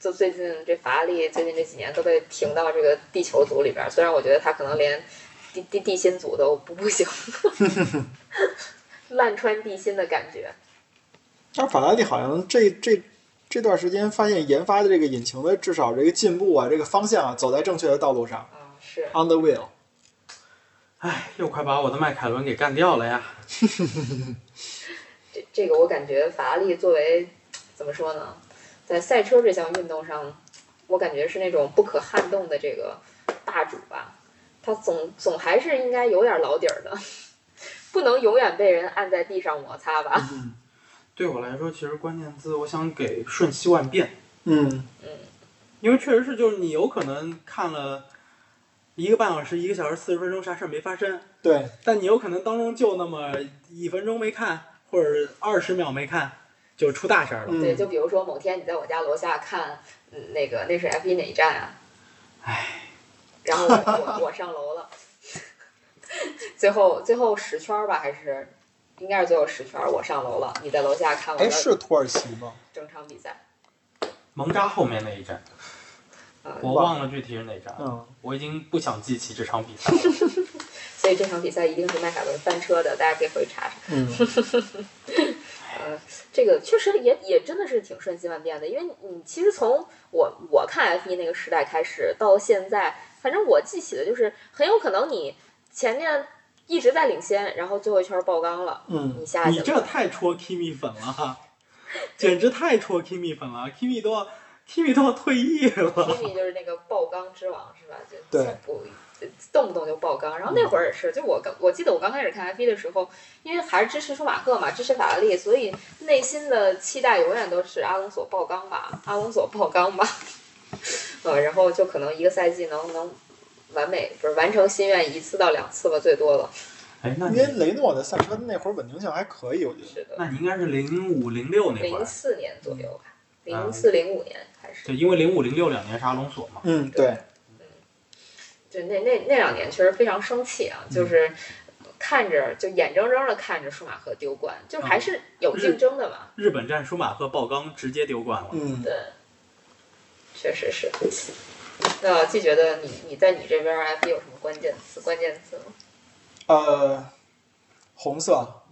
Speaker 2: 就最近这法拉利最近这几年都被评到这个地球组里边儿，虽然我觉得他可能连地地地心组都不不行， 烂穿地心的感觉。
Speaker 3: 但是法拉利好像这这这段时间发现研发的这个引擎的至少这个进步啊，这个方向啊，走在正确的道路上
Speaker 2: 啊，是
Speaker 3: ，on the wheel。
Speaker 4: 哎，又快把我的迈凯伦给干掉了呀！
Speaker 2: 这这个我感觉法拉利作为怎么说呢，在赛车这项运动上，我感觉是那种不可撼动的这个霸主吧。他总总还是应该有点老底儿的， 不能永远被人按在地上摩擦吧。
Speaker 3: 嗯
Speaker 4: 对我来说，其实关键字我想给瞬息万变。
Speaker 3: 嗯
Speaker 4: 因为确实是，就是你有可能看了一个半小时、一个小时四十分钟，啥事儿没发生，
Speaker 3: 对，
Speaker 4: 但你有可能当中就那么一分钟没看，或者二十秒没看，就出大事儿了。
Speaker 2: 对，
Speaker 3: 嗯
Speaker 2: 就比如说某天你在我家楼下看，嗯，那个那是 F 一哪一站啊？
Speaker 4: 唉，
Speaker 2: 然后我我我上楼了， 最后最后十圈儿吧，还是应该是最后十圈儿，我上楼了，你在楼下看我
Speaker 3: 哎，
Speaker 2: 的
Speaker 3: 是土耳其吗？
Speaker 2: 整场比赛。
Speaker 4: 蒙扎后面那一站，
Speaker 2: 啊。
Speaker 4: 我忘了具体是哪站，
Speaker 3: 嗯，
Speaker 4: 我已经不想记起这场比赛了。
Speaker 2: 所以这场比赛一定是迈凯伦翻车的，大家可以回去查查。
Speaker 3: 嗯，
Speaker 2: 这个确实也也真的是挺瞬息万变的，因为你其实从我我看 F 一那个时代开始到现在，反正我记起的就是很有可能你前面一直在领先，然后最后一圈爆缸了，
Speaker 3: 嗯
Speaker 2: 你下去
Speaker 4: 你这
Speaker 2: 了。
Speaker 4: 太戳 Kimi 粉了哈，简直太戳 Kimi 粉了，Kimi 都要 Kimi 都要退役了。
Speaker 2: Kimi 就是那个爆缸之王是吧？就
Speaker 3: 对
Speaker 2: 不动不动就爆缸。然后那会儿也是，就我刚我记得我刚开始看 F 一的时候，因为还是支持舒马赫嘛，支持法拉利，所以内心的期待永远都是阿隆索爆缸吧，阿隆索爆缸吧。 呃，然后就可能一个赛季能能完美不是完成心愿一次到两次吧，最多了。
Speaker 4: 哎，那
Speaker 3: 因
Speaker 4: 你
Speaker 3: 为雷诺的赛车那会儿稳定性还可以，我觉得。
Speaker 2: 是的，
Speaker 4: 那你应该是零五零六那会
Speaker 2: 零
Speaker 4: 儿，
Speaker 2: 四年左右吧，
Speaker 4: 嗯
Speaker 2: 零四零五年还是。
Speaker 4: 对，因为零五零六两年是阿隆索嘛。
Speaker 3: 嗯，对，
Speaker 2: 对，那那那两年确实非常生气啊，
Speaker 3: 嗯
Speaker 2: 就是看着就眼睁睁的看着舒马赫丢冠，就
Speaker 3: 嗯
Speaker 2: 还是有竞争的嘛。
Speaker 4: 日本站舒马赫爆缸，直接丢冠了。
Speaker 3: 嗯，
Speaker 2: 对，确实是。那老季觉得你你在你这边 F 有什么关键词？关键词吗？
Speaker 3: 呃， 红色，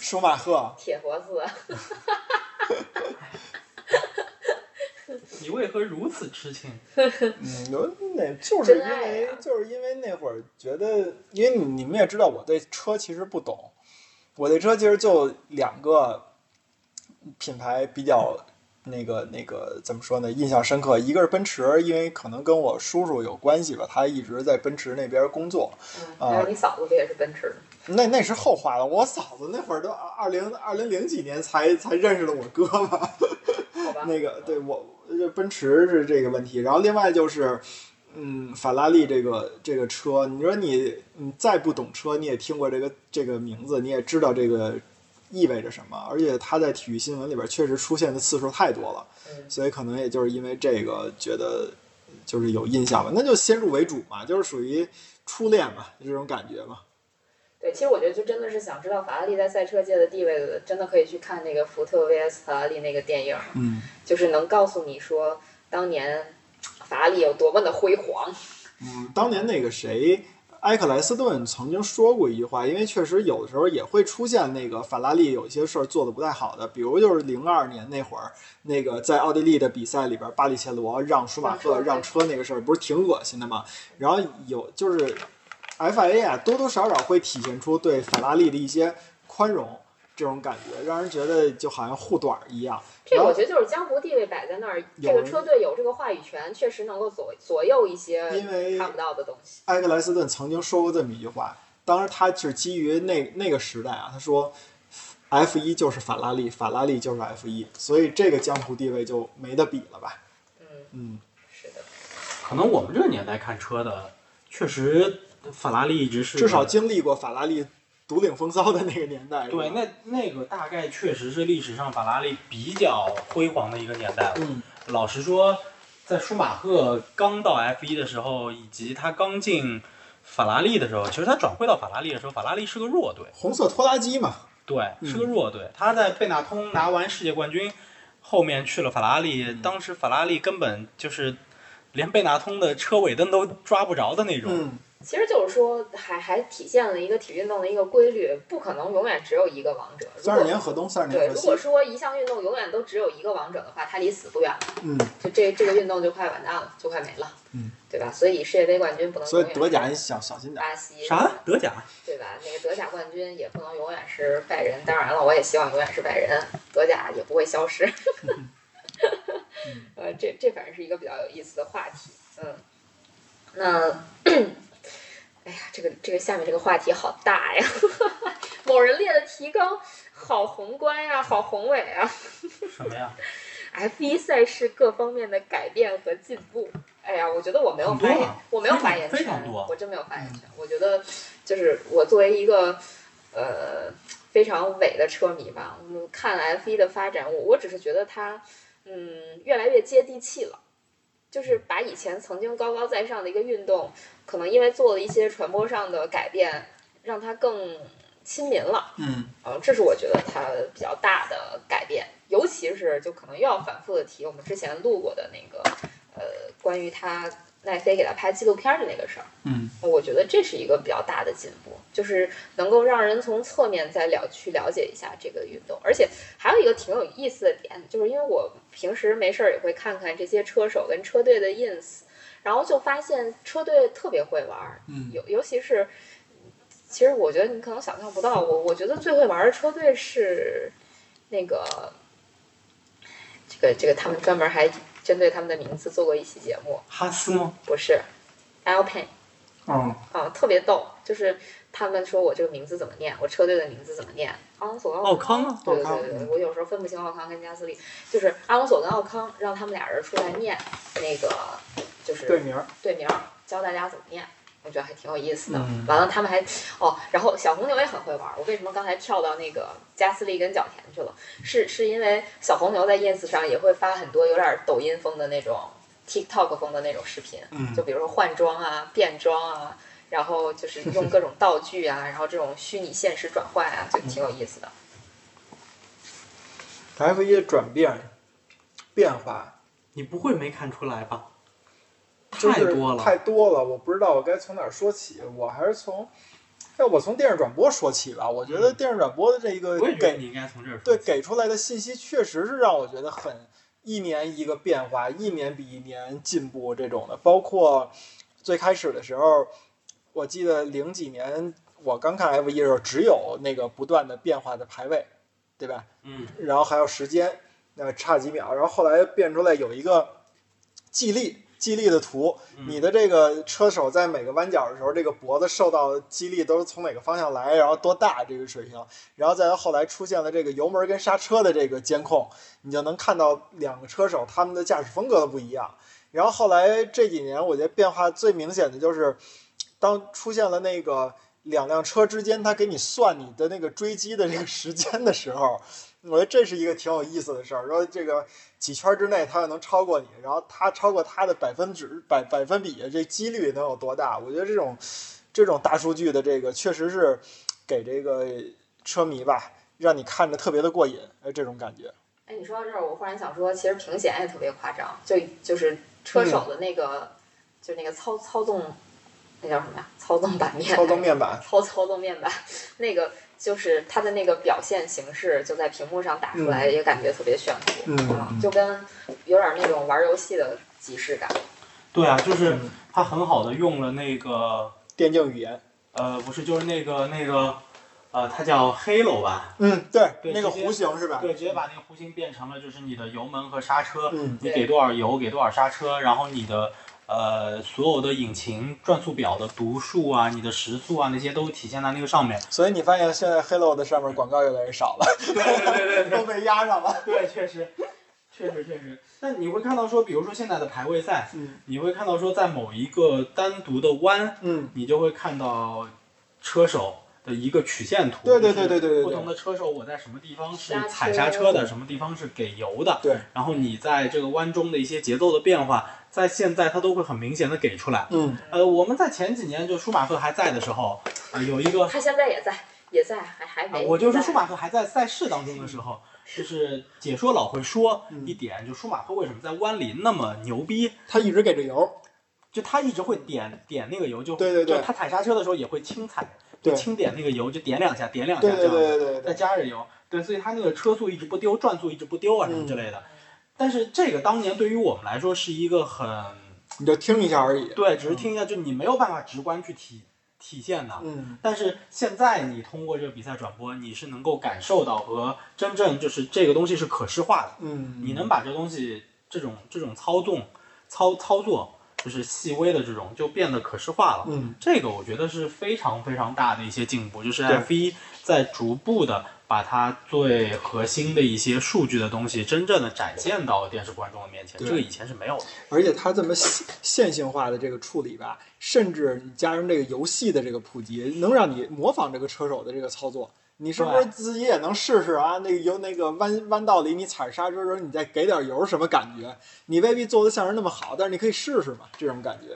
Speaker 3: 舒马赫，
Speaker 2: 啊铁活字，
Speaker 4: 你为何如此痴情？
Speaker 3: 嗯，有那就是因
Speaker 2: 真爱啊
Speaker 3: 为
Speaker 2: 呀
Speaker 3: 就是因为那会儿觉得，因为你你们也知道我对车其实不懂，我对车其实就两个品牌比较那个那个怎么说呢，印象深刻，一个是奔驰，因为可能跟我叔叔有关系吧，他一直在奔驰那边工作，
Speaker 2: 嗯，还有你嫂子不也是奔驰的？
Speaker 3: 那那是后话了。我嫂子那会儿都二零二零零几年才才认识了我哥吧。
Speaker 2: 好吧，
Speaker 3: 那个对我这奔驰是这个问题，然后另外就是，嗯，法拉利这个这个车，你说你你再不懂车，你也听过这个这个名字，你也知道这个意味着什么，而且它在体育新闻里边确实出现的次数太多了，
Speaker 2: 嗯
Speaker 3: 所以可能也就是因为这个觉得就是有印象吧，那就先入为主嘛，就是属于初恋嘛，这种感觉嘛。
Speaker 2: 对，其实我觉得就真的是想知道法拉利在赛车界的地位的，真的可以去看那个福特 VS 法拉利那个电影，
Speaker 3: 嗯
Speaker 2: 就是能告诉你说当年法拉利有多么的辉煌。
Speaker 3: 嗯，当年那个谁。埃克莱斯顿曾经说过一句话，因为确实有的时候也会出现那个法拉利有一些事儿做的不太好的，比如就是零二年那会儿，那个在奥地利的比赛里边，巴里切罗让舒马赫让
Speaker 2: 让
Speaker 3: 车那个事儿，不是挺恶心的吗？然后有就是 FIA 啊，多多少少会体现出对法拉利的一些宽容这种感觉，让人觉得就好像护短儿一样。
Speaker 2: 这
Speaker 3: 然后
Speaker 2: 我觉得就是江湖地位摆在那儿，
Speaker 3: 哦有
Speaker 2: 这个车队有这个话语权，确实能够左左右一些
Speaker 3: 因为
Speaker 2: 看不到的东西。
Speaker 3: 埃克莱斯顿曾经说过这么一句话，当时他是基于那那个时代啊，他说 F 一就是法拉利，法拉利就是 F 一，所以这个江湖地位就没得比了吧？
Speaker 2: 嗯，
Speaker 3: 嗯，
Speaker 2: 是的，
Speaker 4: 可能我们这个年代看车的，确实法拉利一直是
Speaker 3: 至少经历过法拉利独领风骚的那个年代。是吧
Speaker 4: 对，那那个大概确实是历史上法拉利比较辉煌的一个年代了。
Speaker 3: 嗯，
Speaker 4: 老实说，在舒马赫刚到 F 1的时候，以及他刚进法拉利的时候，其实他转会到法拉利的时候，法拉利是个弱队，
Speaker 3: 红色拖拉机嘛，
Speaker 4: 对，
Speaker 3: 嗯
Speaker 4: 是个弱队。他在贝纳通拿完世界冠军，后面去了法拉利，
Speaker 3: 嗯
Speaker 4: 当时法拉利根本就是连贝纳通的车尾灯都抓不着的那种。
Speaker 3: 嗯，
Speaker 2: 其实就是说还还体现了一个体育运动的一个规律，不可能永远只有一个王者。如
Speaker 3: 三十
Speaker 2: 果
Speaker 3: 年河东，三十
Speaker 2: 对，
Speaker 3: 年
Speaker 2: 如
Speaker 3: 河
Speaker 2: 果
Speaker 3: 西，
Speaker 2: 说一项运动永远都只有一个王者的话，他离死不远了，
Speaker 3: 嗯，
Speaker 2: 就这这个运动就快完蛋了，就快没了，
Speaker 3: 嗯，
Speaker 2: 对吧？所以世界杯冠军不能
Speaker 3: 所
Speaker 2: 永
Speaker 3: 以
Speaker 2: 远
Speaker 3: 德甲
Speaker 2: 是
Speaker 3: 你小小心点儿。
Speaker 2: 巴西
Speaker 4: 啥德甲？
Speaker 2: 对吧？那个德甲冠军也不能永远是拜仁，当然了，我也希望永远是拜仁，德甲也不会消 失。呃，这这反正是一个比较有意思的话题，嗯，那， 哎呀，这个这个下面这个话题好大呀， 某人列的提纲好宏观呀，好宏伟啊。
Speaker 4: 什么呀？
Speaker 2: F 1赛事各方面的改变和进步。哎呀，我觉得我没有
Speaker 4: 很
Speaker 2: 发
Speaker 4: 多啊
Speaker 2: 言，我没有发言权，
Speaker 4: 非常多啊
Speaker 2: 我真没有发言权。我觉得就是我作为一个呃非常伪的车迷吧，嗯看 F 1的发展，我我只是觉得它嗯越来越接地气了。就是把以前曾经高高在上的一个运动，可能因为做了一些传播上的改变，让它更亲民了。
Speaker 3: 嗯，
Speaker 2: 嗯，这是我觉得它比较大的改变，尤其是就可能又要反复的提我们之前录过的那个，呃，关于他奈飞给他拍纪录片儿的那个事儿，
Speaker 3: 嗯，
Speaker 2: 我觉得这是一个比较大的进步，就是能够让人从侧面再了去了解一下这个运动，而且还有一个挺有意思的点，就是因为我平时没事儿也会看看这些车手跟车队的 ins，然后就发现车队特别会玩儿，
Speaker 3: 嗯
Speaker 2: 尤尤其是其实我觉得你可能想象不到，我我觉得最会玩的车队是那个这个这个，他们专门还针对他们的名字做过一期节目，
Speaker 4: 哈斯吗？
Speaker 2: 不是 Alpine
Speaker 3: 嗯，
Speaker 2: 啊，特别逗，就是他们说我这个名字怎么念，我车队的名字怎么念，阿隆索跟
Speaker 4: 奥康啊
Speaker 2: 对
Speaker 3: 奥
Speaker 2: 对
Speaker 3: 康
Speaker 2: 对对对，我有时候分不清奥康跟加斯利，就是阿隆索跟奥康让他们俩人出来念那个就是
Speaker 3: 队名儿，
Speaker 2: 对名儿，教大家怎么念，我觉得还挺有意思的。
Speaker 4: 嗯
Speaker 2: 完了，他们还哦，然后小红牛也很会玩儿。我为什么刚才跳到那个加斯利跟角田去了？是是因为小红牛在 ins 上也会发很多有点抖音风的那种 TikTok 风的那种视频，
Speaker 3: 嗯
Speaker 2: 就比如说换装啊、变装啊，然后就是用各种道具啊，然后这种虚拟现实转换啊，就挺有意思的。
Speaker 3: F 一的转变变化，
Speaker 4: 你不会没看出来吧？
Speaker 3: 就是
Speaker 4: 多了，
Speaker 3: 太多了，我不知道我该从哪儿说起。我还是从要我从电视转播说起吧，我觉得电视转播的这一个
Speaker 4: 嗯我也觉得
Speaker 3: 给
Speaker 4: 你应该从这儿说
Speaker 3: 对
Speaker 4: 起。
Speaker 3: 给出来的信息，确实是让我觉得很一年一个变化，一年比一年进步这种的。包括最开始的时候，我记得零几年我刚看 F 一的时候，只有那个不断的变化的排位，对吧？
Speaker 4: 嗯，
Speaker 3: 然后还有时间，那差几秒，然后后来变出来有一个激励激励的图，
Speaker 4: 嗯
Speaker 3: 你的这个车手在每个弯角的时候，这个脖子受到的激励都是从哪个方向来，然后多大这个水平，然后再到后来出现了这个油门跟刹车的这个监控，你就能看到两个车手他们的驾驶风格的不一样。然后后来这几年，我觉得变化最明显的就是，当出现了那个两辆车之间，它给你算你的那个追击的这个时间的时候，我觉得这是一个挺有意思的事儿。说这个几圈之内，它要能超过你，然后它超过它的百分之百百分比，这几率能有多大？我觉得这种这种大数据的这个，确实是给这个车迷吧，让你看着特别的过瘾，呃，这种感觉。
Speaker 2: 哎，你说到这儿，我忽然想说，其实屏险也特别夸张，就就是车
Speaker 3: 嗯
Speaker 2: 手的那个，就那个操操纵，那叫什么呀？操纵版面，
Speaker 3: 操纵面板，
Speaker 2: 操操纵面板，那个就是它的那个表现形式，就在屏幕上打出来，也感觉特别炫酷，
Speaker 3: 嗯
Speaker 2: 啊就跟有点那种玩游戏的即视感。
Speaker 4: 对啊，就是
Speaker 3: 嗯
Speaker 4: 他很好的用了那个
Speaker 3: 电竞语言，
Speaker 4: 呃，不是，就是那个那个呃，它叫 Halo 吧？
Speaker 3: 嗯，对，
Speaker 4: 对
Speaker 3: 那个
Speaker 4: 直接
Speaker 3: 弧形是吧？
Speaker 4: 对，直接把那个弧形变成了就是你的油门和刹车，
Speaker 3: 嗯
Speaker 4: 你
Speaker 2: 对
Speaker 4: 给多少油，给多少刹车，然后你的呃所有的引擎转速表的读数啊，你的时速啊那些都体现在那个上面。
Speaker 3: 所以你发现现在 Hello 的上面广告越来越少了，
Speaker 4: 对对对
Speaker 3: 都被压上了。
Speaker 4: 对，确实，确实确实。但你会看到说，比如说现在的排位赛，
Speaker 3: 嗯
Speaker 4: 你会看到说在某一个单独的弯，
Speaker 3: 嗯，
Speaker 4: 你就会看到车手。的一个曲线图，
Speaker 3: 对对
Speaker 4: 就是
Speaker 3: 对对对对对
Speaker 4: 不同的车手我在什么地方是
Speaker 2: 刹车
Speaker 4: 踩刹车的，什么地方是给油的，
Speaker 3: 对，
Speaker 4: 然后你在这个弯中的一些节奏的变化，在现在它都会很明显的给出来。
Speaker 3: 嗯，
Speaker 4: 呃，我们在前几年就舒马赫还在的时候，呃、有一个、
Speaker 2: 他现在也在，也在，还还
Speaker 4: 啊
Speaker 3: 哎
Speaker 2: 没。
Speaker 4: 我就说舒马赫还在赛事当中的时候，就是解说老会说
Speaker 3: 嗯
Speaker 4: 一点，就舒马赫为什么在弯里那么牛逼，
Speaker 3: 他一直给着油，
Speaker 4: 就他一直会
Speaker 3: 嗯
Speaker 4: 点点那个油，就
Speaker 3: 对对对
Speaker 4: 就他踩刹车的时候也会轻踩，
Speaker 3: 对
Speaker 4: 就轻点那个油，就点两下，点两下
Speaker 3: 对
Speaker 4: 这样子
Speaker 3: 对对对
Speaker 4: 再
Speaker 3: 对
Speaker 4: 加着油，对，所以它那个车速一直不丢，转速一直不丢啊什么之
Speaker 3: 嗯
Speaker 4: 类的。但是这个当年对于我们来说是一个很
Speaker 3: 你就听一下而已。
Speaker 4: 对，只是听一下，就你没有办法直观去体体现的。
Speaker 3: 嗯，
Speaker 4: 但是现在你通过这个比赛转播，你是能够感受到和真正就是这个东西是可视化的，
Speaker 3: 嗯，
Speaker 4: 你能把这东西这种这种操纵操操作，就是细微的这种就变得可视化了。
Speaker 3: 嗯
Speaker 4: 这个我觉得是非常非常大的一些进步，就是
Speaker 3: 对
Speaker 4: F 一在逐步的把它最核心的一些数据的东西，真正的展现到电视观众的面前，
Speaker 3: 对
Speaker 4: 这个以前是没有的。
Speaker 3: 而且它这么线线性化的这个处理吧，甚至你加上这个游戏的这个普及，能让你模仿这个车手的这个操作。你是不是
Speaker 4: 对
Speaker 3: 自己也能试试啊？那个由那个弯弯道里，你踩刹车的时候，你再给点油，什么感觉？你未必做的像人那么好，但是你可以试试嘛，这种感觉。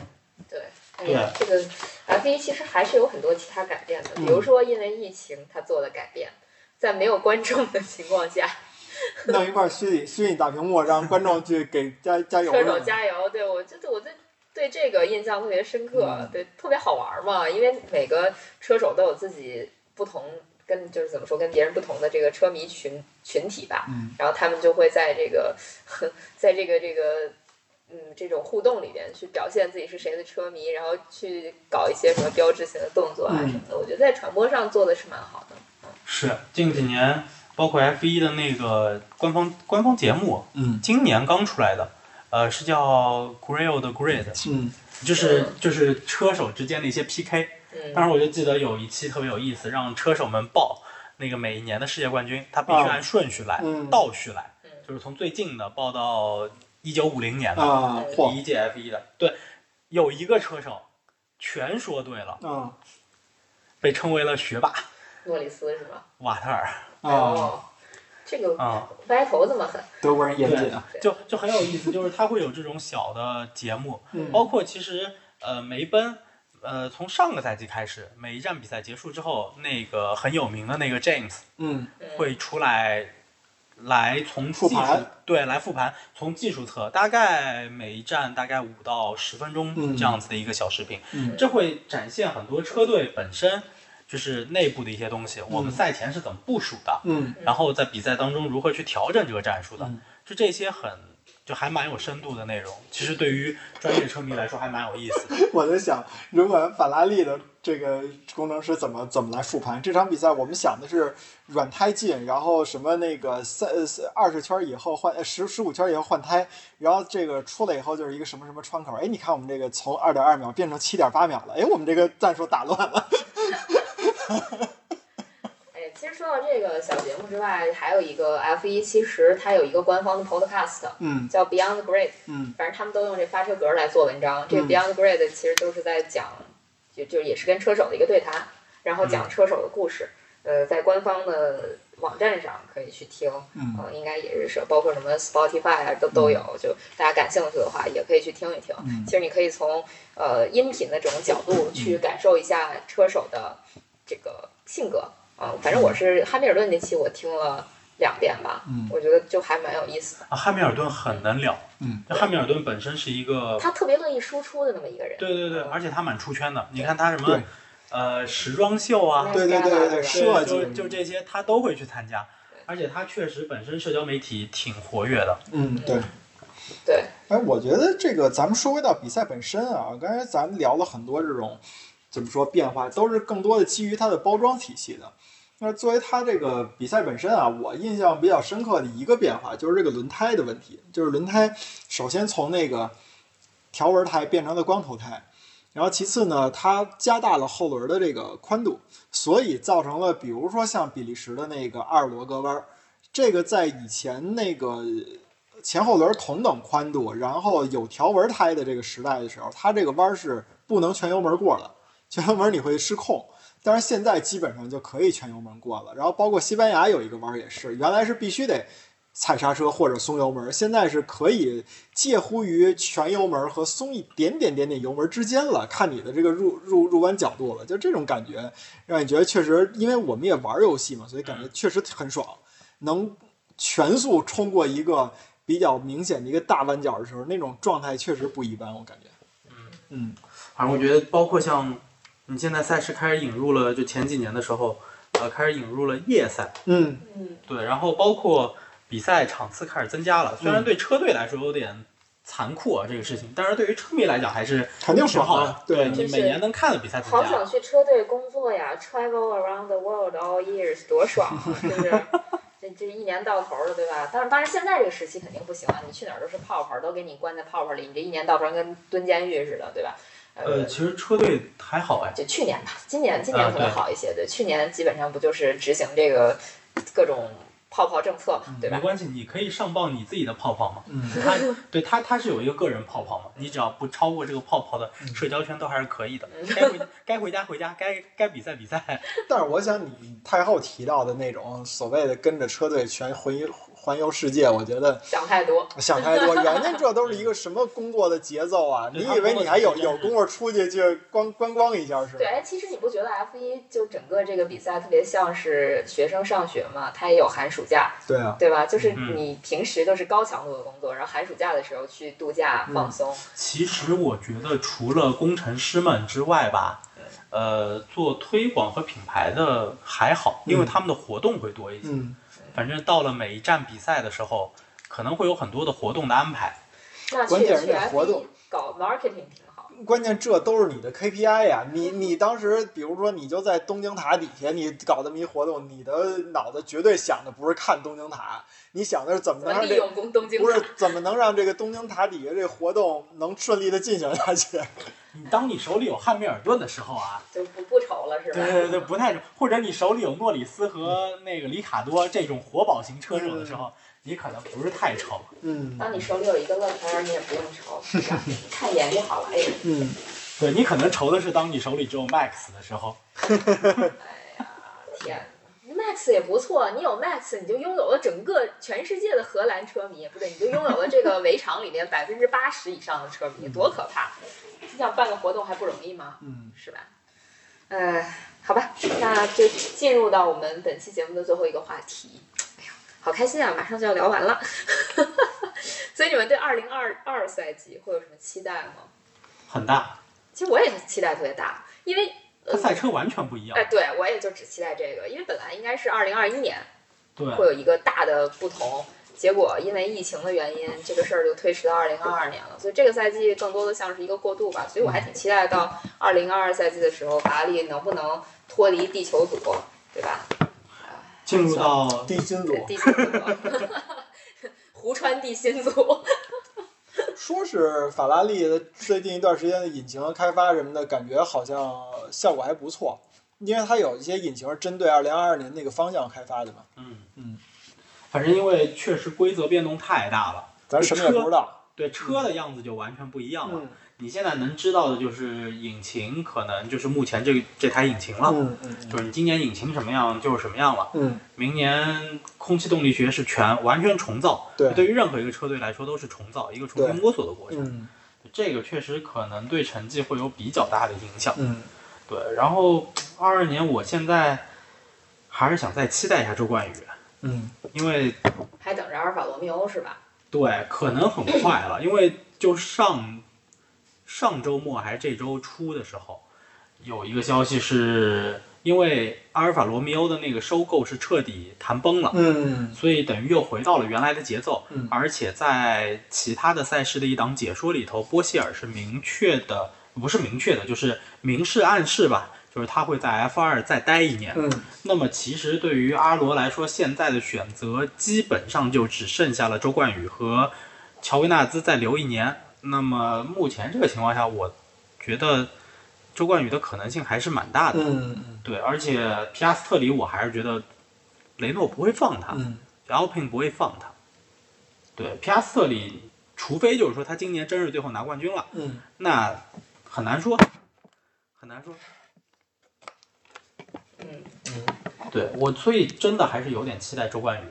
Speaker 2: 嗯，对，哎呀，这个 F 一其实还是有很多其他改变的，比
Speaker 3: 嗯
Speaker 2: 如说因为疫情它做的改变，在没有观众的情况下，
Speaker 3: 弄一块虚拟虚拟大屏幕，让观众去给加加油。
Speaker 2: 车手加油，对我就我对对这个印象特别深刻，
Speaker 3: 嗯
Speaker 2: 对，特别好玩儿嘛，因为每个车手都有自己不同跟就是怎么说跟别人不同的这个车迷群群体吧，
Speaker 3: 嗯
Speaker 2: 然后他们就会在这个 在这个这个。嗯，这种互动里边去表现自己是谁的车迷，然后去搞一些什么标志性的动作啊
Speaker 3: 嗯
Speaker 2: 什么的，我觉得在传播上做的是蛮好的。
Speaker 4: 是近几年，包括 F 一的那个官方官方节目，
Speaker 3: 嗯
Speaker 4: 今年刚出来的，呃，是叫 Grill 的 Grid，
Speaker 3: 嗯
Speaker 4: 就是就是车手之间的一些 PK。
Speaker 2: 嗯，
Speaker 3: 啊
Speaker 4: 当时我就记得有一期特别有意思，让车手们报那个每一年的世界冠军，他必须按顺序来，
Speaker 3: 嗯
Speaker 4: 倒序来
Speaker 2: 嗯，
Speaker 4: 就是从最近的报到一九五零年的、
Speaker 3: 啊，
Speaker 4: 第
Speaker 3: 嚯
Speaker 4: 一届 F 一的。对，有一个车手全说对了，
Speaker 3: 啊
Speaker 4: 被称为了学霸
Speaker 2: 诺里斯是吧？
Speaker 4: 瓦特尔
Speaker 3: 啊！
Speaker 2: 哦，这个
Speaker 4: 啊、
Speaker 2: 歪头这么狠，
Speaker 3: 德国人严谨啊，
Speaker 4: 就就很有意思，就是他会有这种小的节目，
Speaker 3: 嗯
Speaker 4: 包括其实呃梅奔。呃，从上个赛季开始，每一站比赛结束之后，那个很有名的那个 James
Speaker 3: 嗯
Speaker 2: 嗯
Speaker 4: 会出来来从
Speaker 3: 复
Speaker 4: 技术
Speaker 3: 盘
Speaker 4: 对来复盘，从技术侧大概每一站大概五到十分
Speaker 3: 嗯
Speaker 4: 钟这样子的一个小视频，
Speaker 3: 嗯
Speaker 4: 这会展现很多车队本身就是内部的一些东西，我们赛前是怎么部署的，
Speaker 3: 嗯
Speaker 4: 然后在比赛当中如何去调整这个战术的，
Speaker 3: 嗯
Speaker 4: 就这些很就还蛮有深度的内容，其实对于专业车迷来说还蛮有意思的。
Speaker 3: 我在想，如果法拉利的这个工程师怎么怎么来复盘这场比赛？我们想的是软胎进，然后什么那个三呃二十圈以后换呃十十五圈以后换胎，然后这个出来以后就是一个什么什么窗口。哎，你看我们这个从二点二秒变成七点八秒了，哎，我们这个战术打乱了。
Speaker 2: 哎，其实说到这个小节目之外，还有一个 F 一，其实它有一个官方的 podcast
Speaker 3: 嗯
Speaker 2: 叫 Beyond the Grid，
Speaker 3: 嗯
Speaker 2: 反正他们都用这发车格来做文章。这个
Speaker 3: 嗯
Speaker 2: Beyond the Grid 其实就是在讲，就就也是跟车手的一个对谈，然后讲车手的故事。呃，在官方的网站上可以去听，
Speaker 3: 嗯
Speaker 2: 呃，应该也是包括什么 Spotify 啊都都有，就大家感兴趣的话也可以去听一听。
Speaker 3: 嗯
Speaker 2: 其实你可以从呃音频的这种角度去感受一下车手的这个性格啊、反正我是汉密尔顿那期我听了两遍吧，
Speaker 3: 嗯
Speaker 2: 我觉得就还蛮有意思的。
Speaker 4: 啊，汉密尔顿很能聊，
Speaker 3: 嗯，
Speaker 4: 这汉密尔顿本身是一个，
Speaker 2: 他特别乐意输出的那么一个人。
Speaker 4: 对对对，而且他蛮出圈的。你看他什么
Speaker 3: 对，
Speaker 4: 呃，时装秀啊，
Speaker 3: 对对对对对，
Speaker 2: 对
Speaker 3: 设计，
Speaker 4: 就就这些他都会去参加，而且他确实本身社交媒体挺活跃的。
Speaker 3: 嗯对。
Speaker 2: 对，
Speaker 3: 哎，我觉得这个咱们说回到比赛本身啊，刚才咱们聊了很多这种怎么说变化，都是更多的基于它的包装体系的。那作为它这个比赛本身啊，我印象比较深刻的一个变化就是这个轮胎的问题，就是轮胎首先从那个条纹胎变成了光头胎，然后其次呢，它加大了后轮的这个宽度，所以造成了比如说像比利时的那个阿尔罗格弯儿，这个在以前那个前后轮同等宽度，然后有条纹胎的这个时代的时候，它这个弯儿是不能全油门过的，全油门你会失控。但是现在基本上就可以全油门过了。然后包括西班牙有一个弯儿也是，原来是必须得踩刹车或者松油门，现在是可以介乎于全油门和松一点点点点油门之间了，看你的这个入入入弯角度了。就这种感觉，让你觉得确实，因为我们也玩儿游戏嘛，所以感觉确实很爽，能全速冲过一个比较明显的一个大弯角的时候，那种状态确实不一般，我感觉。嗯
Speaker 4: 反正我觉得，包括像你现在赛事开始引入了，就前几年的时候，呃，开始引入了夜赛，
Speaker 3: 嗯
Speaker 2: 嗯，
Speaker 4: 对，然后包括比赛场次开始增加了，虽然对车队来说有点残酷啊这个事情，但是对于车迷来讲还是
Speaker 3: 肯定爽
Speaker 4: 挺好
Speaker 3: 啊
Speaker 4: 的。
Speaker 3: 对
Speaker 4: 你
Speaker 2: 就是
Speaker 4: 每年能看的比赛增
Speaker 2: 好
Speaker 4: 加了
Speaker 2: 想。去车队工作呀，travel around the world all years，多爽啊！是不是？这这一年到头了，对吧？但是但是现在这个时期肯定不行啊，你去哪儿都是泡泡，都给你关在泡泡里，你这一年到头跟蹲监狱似的，对吧？
Speaker 4: 呃，其实车队还好哎，
Speaker 2: 就去年吧，今年今年
Speaker 4: 啊
Speaker 2: 可能
Speaker 4: 对
Speaker 2: 好一些，对，去年基本上不就是执行这个各种泡泡政策嘛，对
Speaker 4: 没
Speaker 2: 吧？
Speaker 4: 关系，你可以上报你自己的泡泡嘛。
Speaker 3: 嗯
Speaker 4: 他对他他是有一个个人泡泡嘛，你只要不超过这个泡泡
Speaker 3: 嗯
Speaker 4: 的社交圈都还是可以的。
Speaker 2: 嗯
Speaker 4: 该回该回家回家，该该比赛比赛。
Speaker 3: 但是我想你太后提到的那种所谓的跟着车队全环游环游世界，我觉得
Speaker 2: 想太多，
Speaker 3: 想太多。人家这都是一个什么工作的节奏啊？你
Speaker 4: 对
Speaker 3: 以为你还有
Speaker 4: 他工作
Speaker 3: 有功夫出去去观观光一下是
Speaker 2: 对，
Speaker 3: 吧？
Speaker 2: 哎，其实你不觉得 F 一就整个这个比赛特别像是学生上学嘛？它也有寒暑假，
Speaker 3: 对啊，
Speaker 2: 对吧？就是
Speaker 4: 嗯
Speaker 2: 你平时都是高强度的工作，然后寒暑假的时候去度假
Speaker 4: 嗯
Speaker 2: 放松。
Speaker 4: 其实我觉得除了工程师们之外吧，呃，做推广和品牌的还好，因为他们的活动会多一些。
Speaker 3: 嗯，
Speaker 4: 反正到了每一站比赛的时候，可能会有很多的活动的安排。
Speaker 2: 那去
Speaker 3: 关键是
Speaker 2: 去
Speaker 3: 那
Speaker 2: F
Speaker 3: 活动
Speaker 2: 一搞 marketing 挺好，
Speaker 3: 关键这都是你的 KPI 呀、啊你你当时比如说你就在东京塔底下，你搞这么一活动，你的脑子绝对想的不是看东京塔，你想的是怎么
Speaker 2: 怎
Speaker 3: 能
Speaker 2: 么
Speaker 3: 让
Speaker 2: 利
Speaker 3: 这
Speaker 2: 用工东京
Speaker 3: 不
Speaker 2: 塔
Speaker 3: 是怎么能让这个东京塔底下这活动能顺利的进行下去？
Speaker 4: 你当你手里有汉密尔顿的时候啊，
Speaker 2: 就不不愁了是吧？
Speaker 4: 对对对，不太或者你手里有诺里斯和那个里卡多这种活宝型车手的时候，你可能不是太愁。
Speaker 3: 嗯
Speaker 2: 当你手里有一个乐天儿，你也不用 愁，是吧看一眼就好了。哎呀，
Speaker 3: 嗯，
Speaker 4: 对你可能愁的是当你手里只有 Max 的时候。
Speaker 2: 天哪！Max 也不错，你有 Max，你就拥有了整个全世界的荷兰车迷，不对，你就拥有了这个围场里面百分之八十以上的车迷，多可怕！你想办个活动还不容易吗？
Speaker 3: 嗯，
Speaker 2: 是吧？呃，好吧，那就进入到我们本期节目的最后一个话题。哎呀，好开心啊！马上就要聊完了， 所以你们对二零二二赛季会有什么期待吗？
Speaker 4: 很大，
Speaker 2: 其实我也期待特别大，因为
Speaker 3: 呃
Speaker 4: 它赛车完全不一样
Speaker 2: 哎，。对我也就只期待这个，因为本来应该是二零二一年
Speaker 4: 对
Speaker 2: 会有一个大的不同，结果因为疫情的原因，这个事儿就推迟到二零二二年了，所以这个赛季更多的像是一个过渡吧，所以我还挺期待到二零二二赛季的时候，法拉利能不能脱离地球组，对吧？
Speaker 4: 进入到
Speaker 3: 地心组
Speaker 2: 对地心组， 湖川地心组，
Speaker 3: 说是法拉利的最近一段时间的引擎开发什么的，感觉好像效果还不错，因为它有一些引擎是针对二零二二年那个方向开发的嘛。
Speaker 4: 嗯
Speaker 3: 嗯，
Speaker 4: 反正因为确实规则变动太大了，
Speaker 3: 咱什么也不知道。
Speaker 4: 对车的样子就完全不一样了。
Speaker 3: 嗯
Speaker 4: 你现在能知道的就是引擎，可能就是目前这这台引擎了，
Speaker 3: 嗯嗯
Speaker 4: 就是你今年引擎什么样就是什么样了。
Speaker 3: 嗯，
Speaker 4: 明年空气动力学是全完全重造，
Speaker 3: 对
Speaker 4: 对于任何一个车队来说都是重造，一个重新摸索的过程。
Speaker 3: 嗯
Speaker 4: 这个确实可能对成绩会有比较大的影响。
Speaker 3: 嗯
Speaker 4: 对，然后二二年，我现在还是想再期待一下周冠宇，
Speaker 3: 嗯
Speaker 4: 因为
Speaker 2: 还等着阿尔法罗密欧是吧？
Speaker 4: 对可能很快了，因为就上上周末还是这周初的时候，有一个消息是因为阿尔法罗密欧的那个收购是彻底谈崩了。
Speaker 3: 嗯
Speaker 4: 所以等于又回到了原来的节奏，
Speaker 3: 嗯
Speaker 4: 而且在其他的赛事的一档解说里头，波希尔是明确的，不是明确的，就是明示暗示吧，就是他会在 F 二再待一年。
Speaker 3: 嗯
Speaker 4: 那么其实对于阿罗来说，现在的选择基本上就只剩下了周冠宇和乔维纳兹再留一年。那么目前这个情况下，我觉得周冠宇的可能性还是蛮大的。
Speaker 3: 嗯
Speaker 4: 对，而且皮亚斯特里，我还是觉得雷诺不会放他。
Speaker 3: 嗯，
Speaker 4: Alpine 不会放他。对，皮亚斯特里，除非就是说他今年真是最后拿冠军了，
Speaker 3: 嗯，
Speaker 4: 那很难说，很难说。
Speaker 2: 嗯，
Speaker 4: 对我，所以真的还是有点期待周冠宇。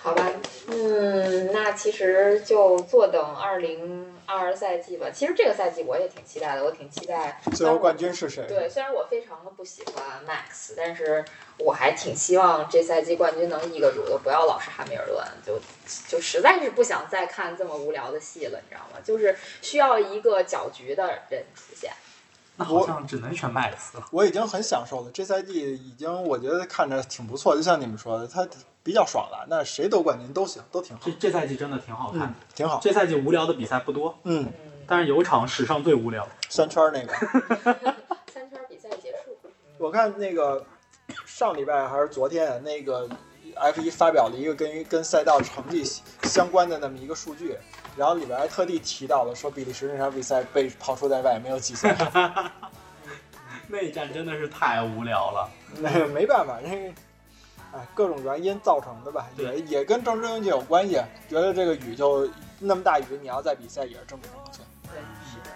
Speaker 2: 好吧，嗯，那其实就坐等二零二赛季吧。其实这个赛季我也挺期待的，我挺期待。
Speaker 3: 最后冠军是谁？
Speaker 2: 对，虽然我非常的不喜欢 Max，但是我还挺希望这赛季冠军能一个主的，不要老是汉密尔顿，就就实在是不想再看这么无聊的戏了，你知道吗？就是需要一个搅局的人出现。
Speaker 4: 那好像只能选麦克斯了。
Speaker 3: 我已经很享受了，这赛季已经我觉得看着挺不错，就像你们说的，他比较爽了。那谁得冠军都行，都挺好
Speaker 4: 这，这赛季真的挺好看的
Speaker 3: 嗯，挺好。
Speaker 4: 这赛季无聊的比赛不多，
Speaker 3: 嗯，
Speaker 2: 嗯，
Speaker 4: 但是有场史上最无聊。
Speaker 3: 三圈儿那个，
Speaker 2: 三圈比赛结束。嗯
Speaker 3: 我看那个上礼拜还是昨天，那个 F 一发表了一个跟跟赛道成绩相关的那么一个数据，然后里边还特地提到了说比利时那场比赛被抛出在外，没有计算。
Speaker 4: 那一战真的是太无聊了。
Speaker 3: 那 没办法，这个，哎，各种原因造成的吧，也
Speaker 4: 对
Speaker 3: 也跟政治正确有关系。觉得这个雨就那么大雨，你要再比赛也是政治正确，
Speaker 2: 对，是的。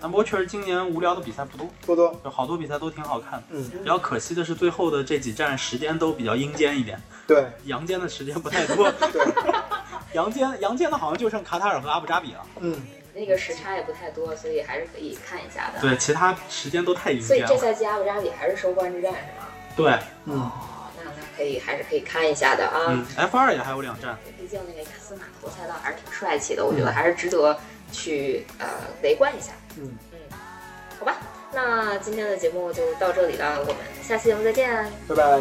Speaker 4: 但不过确实今年无聊的比赛不多，
Speaker 3: 多多。
Speaker 4: 有好多比赛都挺好看的。
Speaker 3: 嗯，
Speaker 4: 比较可惜的是最后的这几站时间都比较阴间一点，
Speaker 3: 对
Speaker 4: 阳间的时间不太多。
Speaker 3: 对，
Speaker 4: 阳间阳间的好像就剩卡塔尔和阿布扎比了，
Speaker 3: 嗯，
Speaker 2: 那个时差也不太多，所以还是可以看一下的。
Speaker 4: 对，其他时间都太阴
Speaker 2: 所以
Speaker 4: 间
Speaker 2: 这
Speaker 4: 了。
Speaker 2: 赛季阿布扎比还是收官之战是吗？
Speaker 4: 对，
Speaker 3: 嗯
Speaker 2: 哦，那那可以还是可以看一下的啊。
Speaker 4: 嗯，F 二也还有两站，
Speaker 2: 毕竟那个亚斯马头赛道还是挺帅气的，我觉得还是值得去呃围观一下。
Speaker 3: 嗯
Speaker 2: 好吧，那今天的节目就到这里了，我们下期节目再见。
Speaker 3: 拜拜。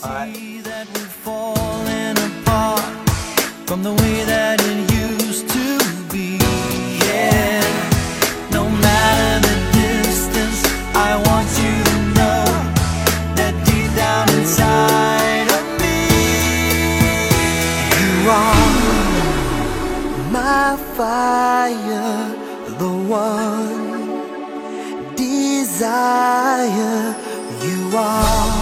Speaker 1: see that we're falling apart from the way that it used to be. Yeah, no matter the distance, I want you to know that deep down inside of me, you are my fire, the one desire you are. oh,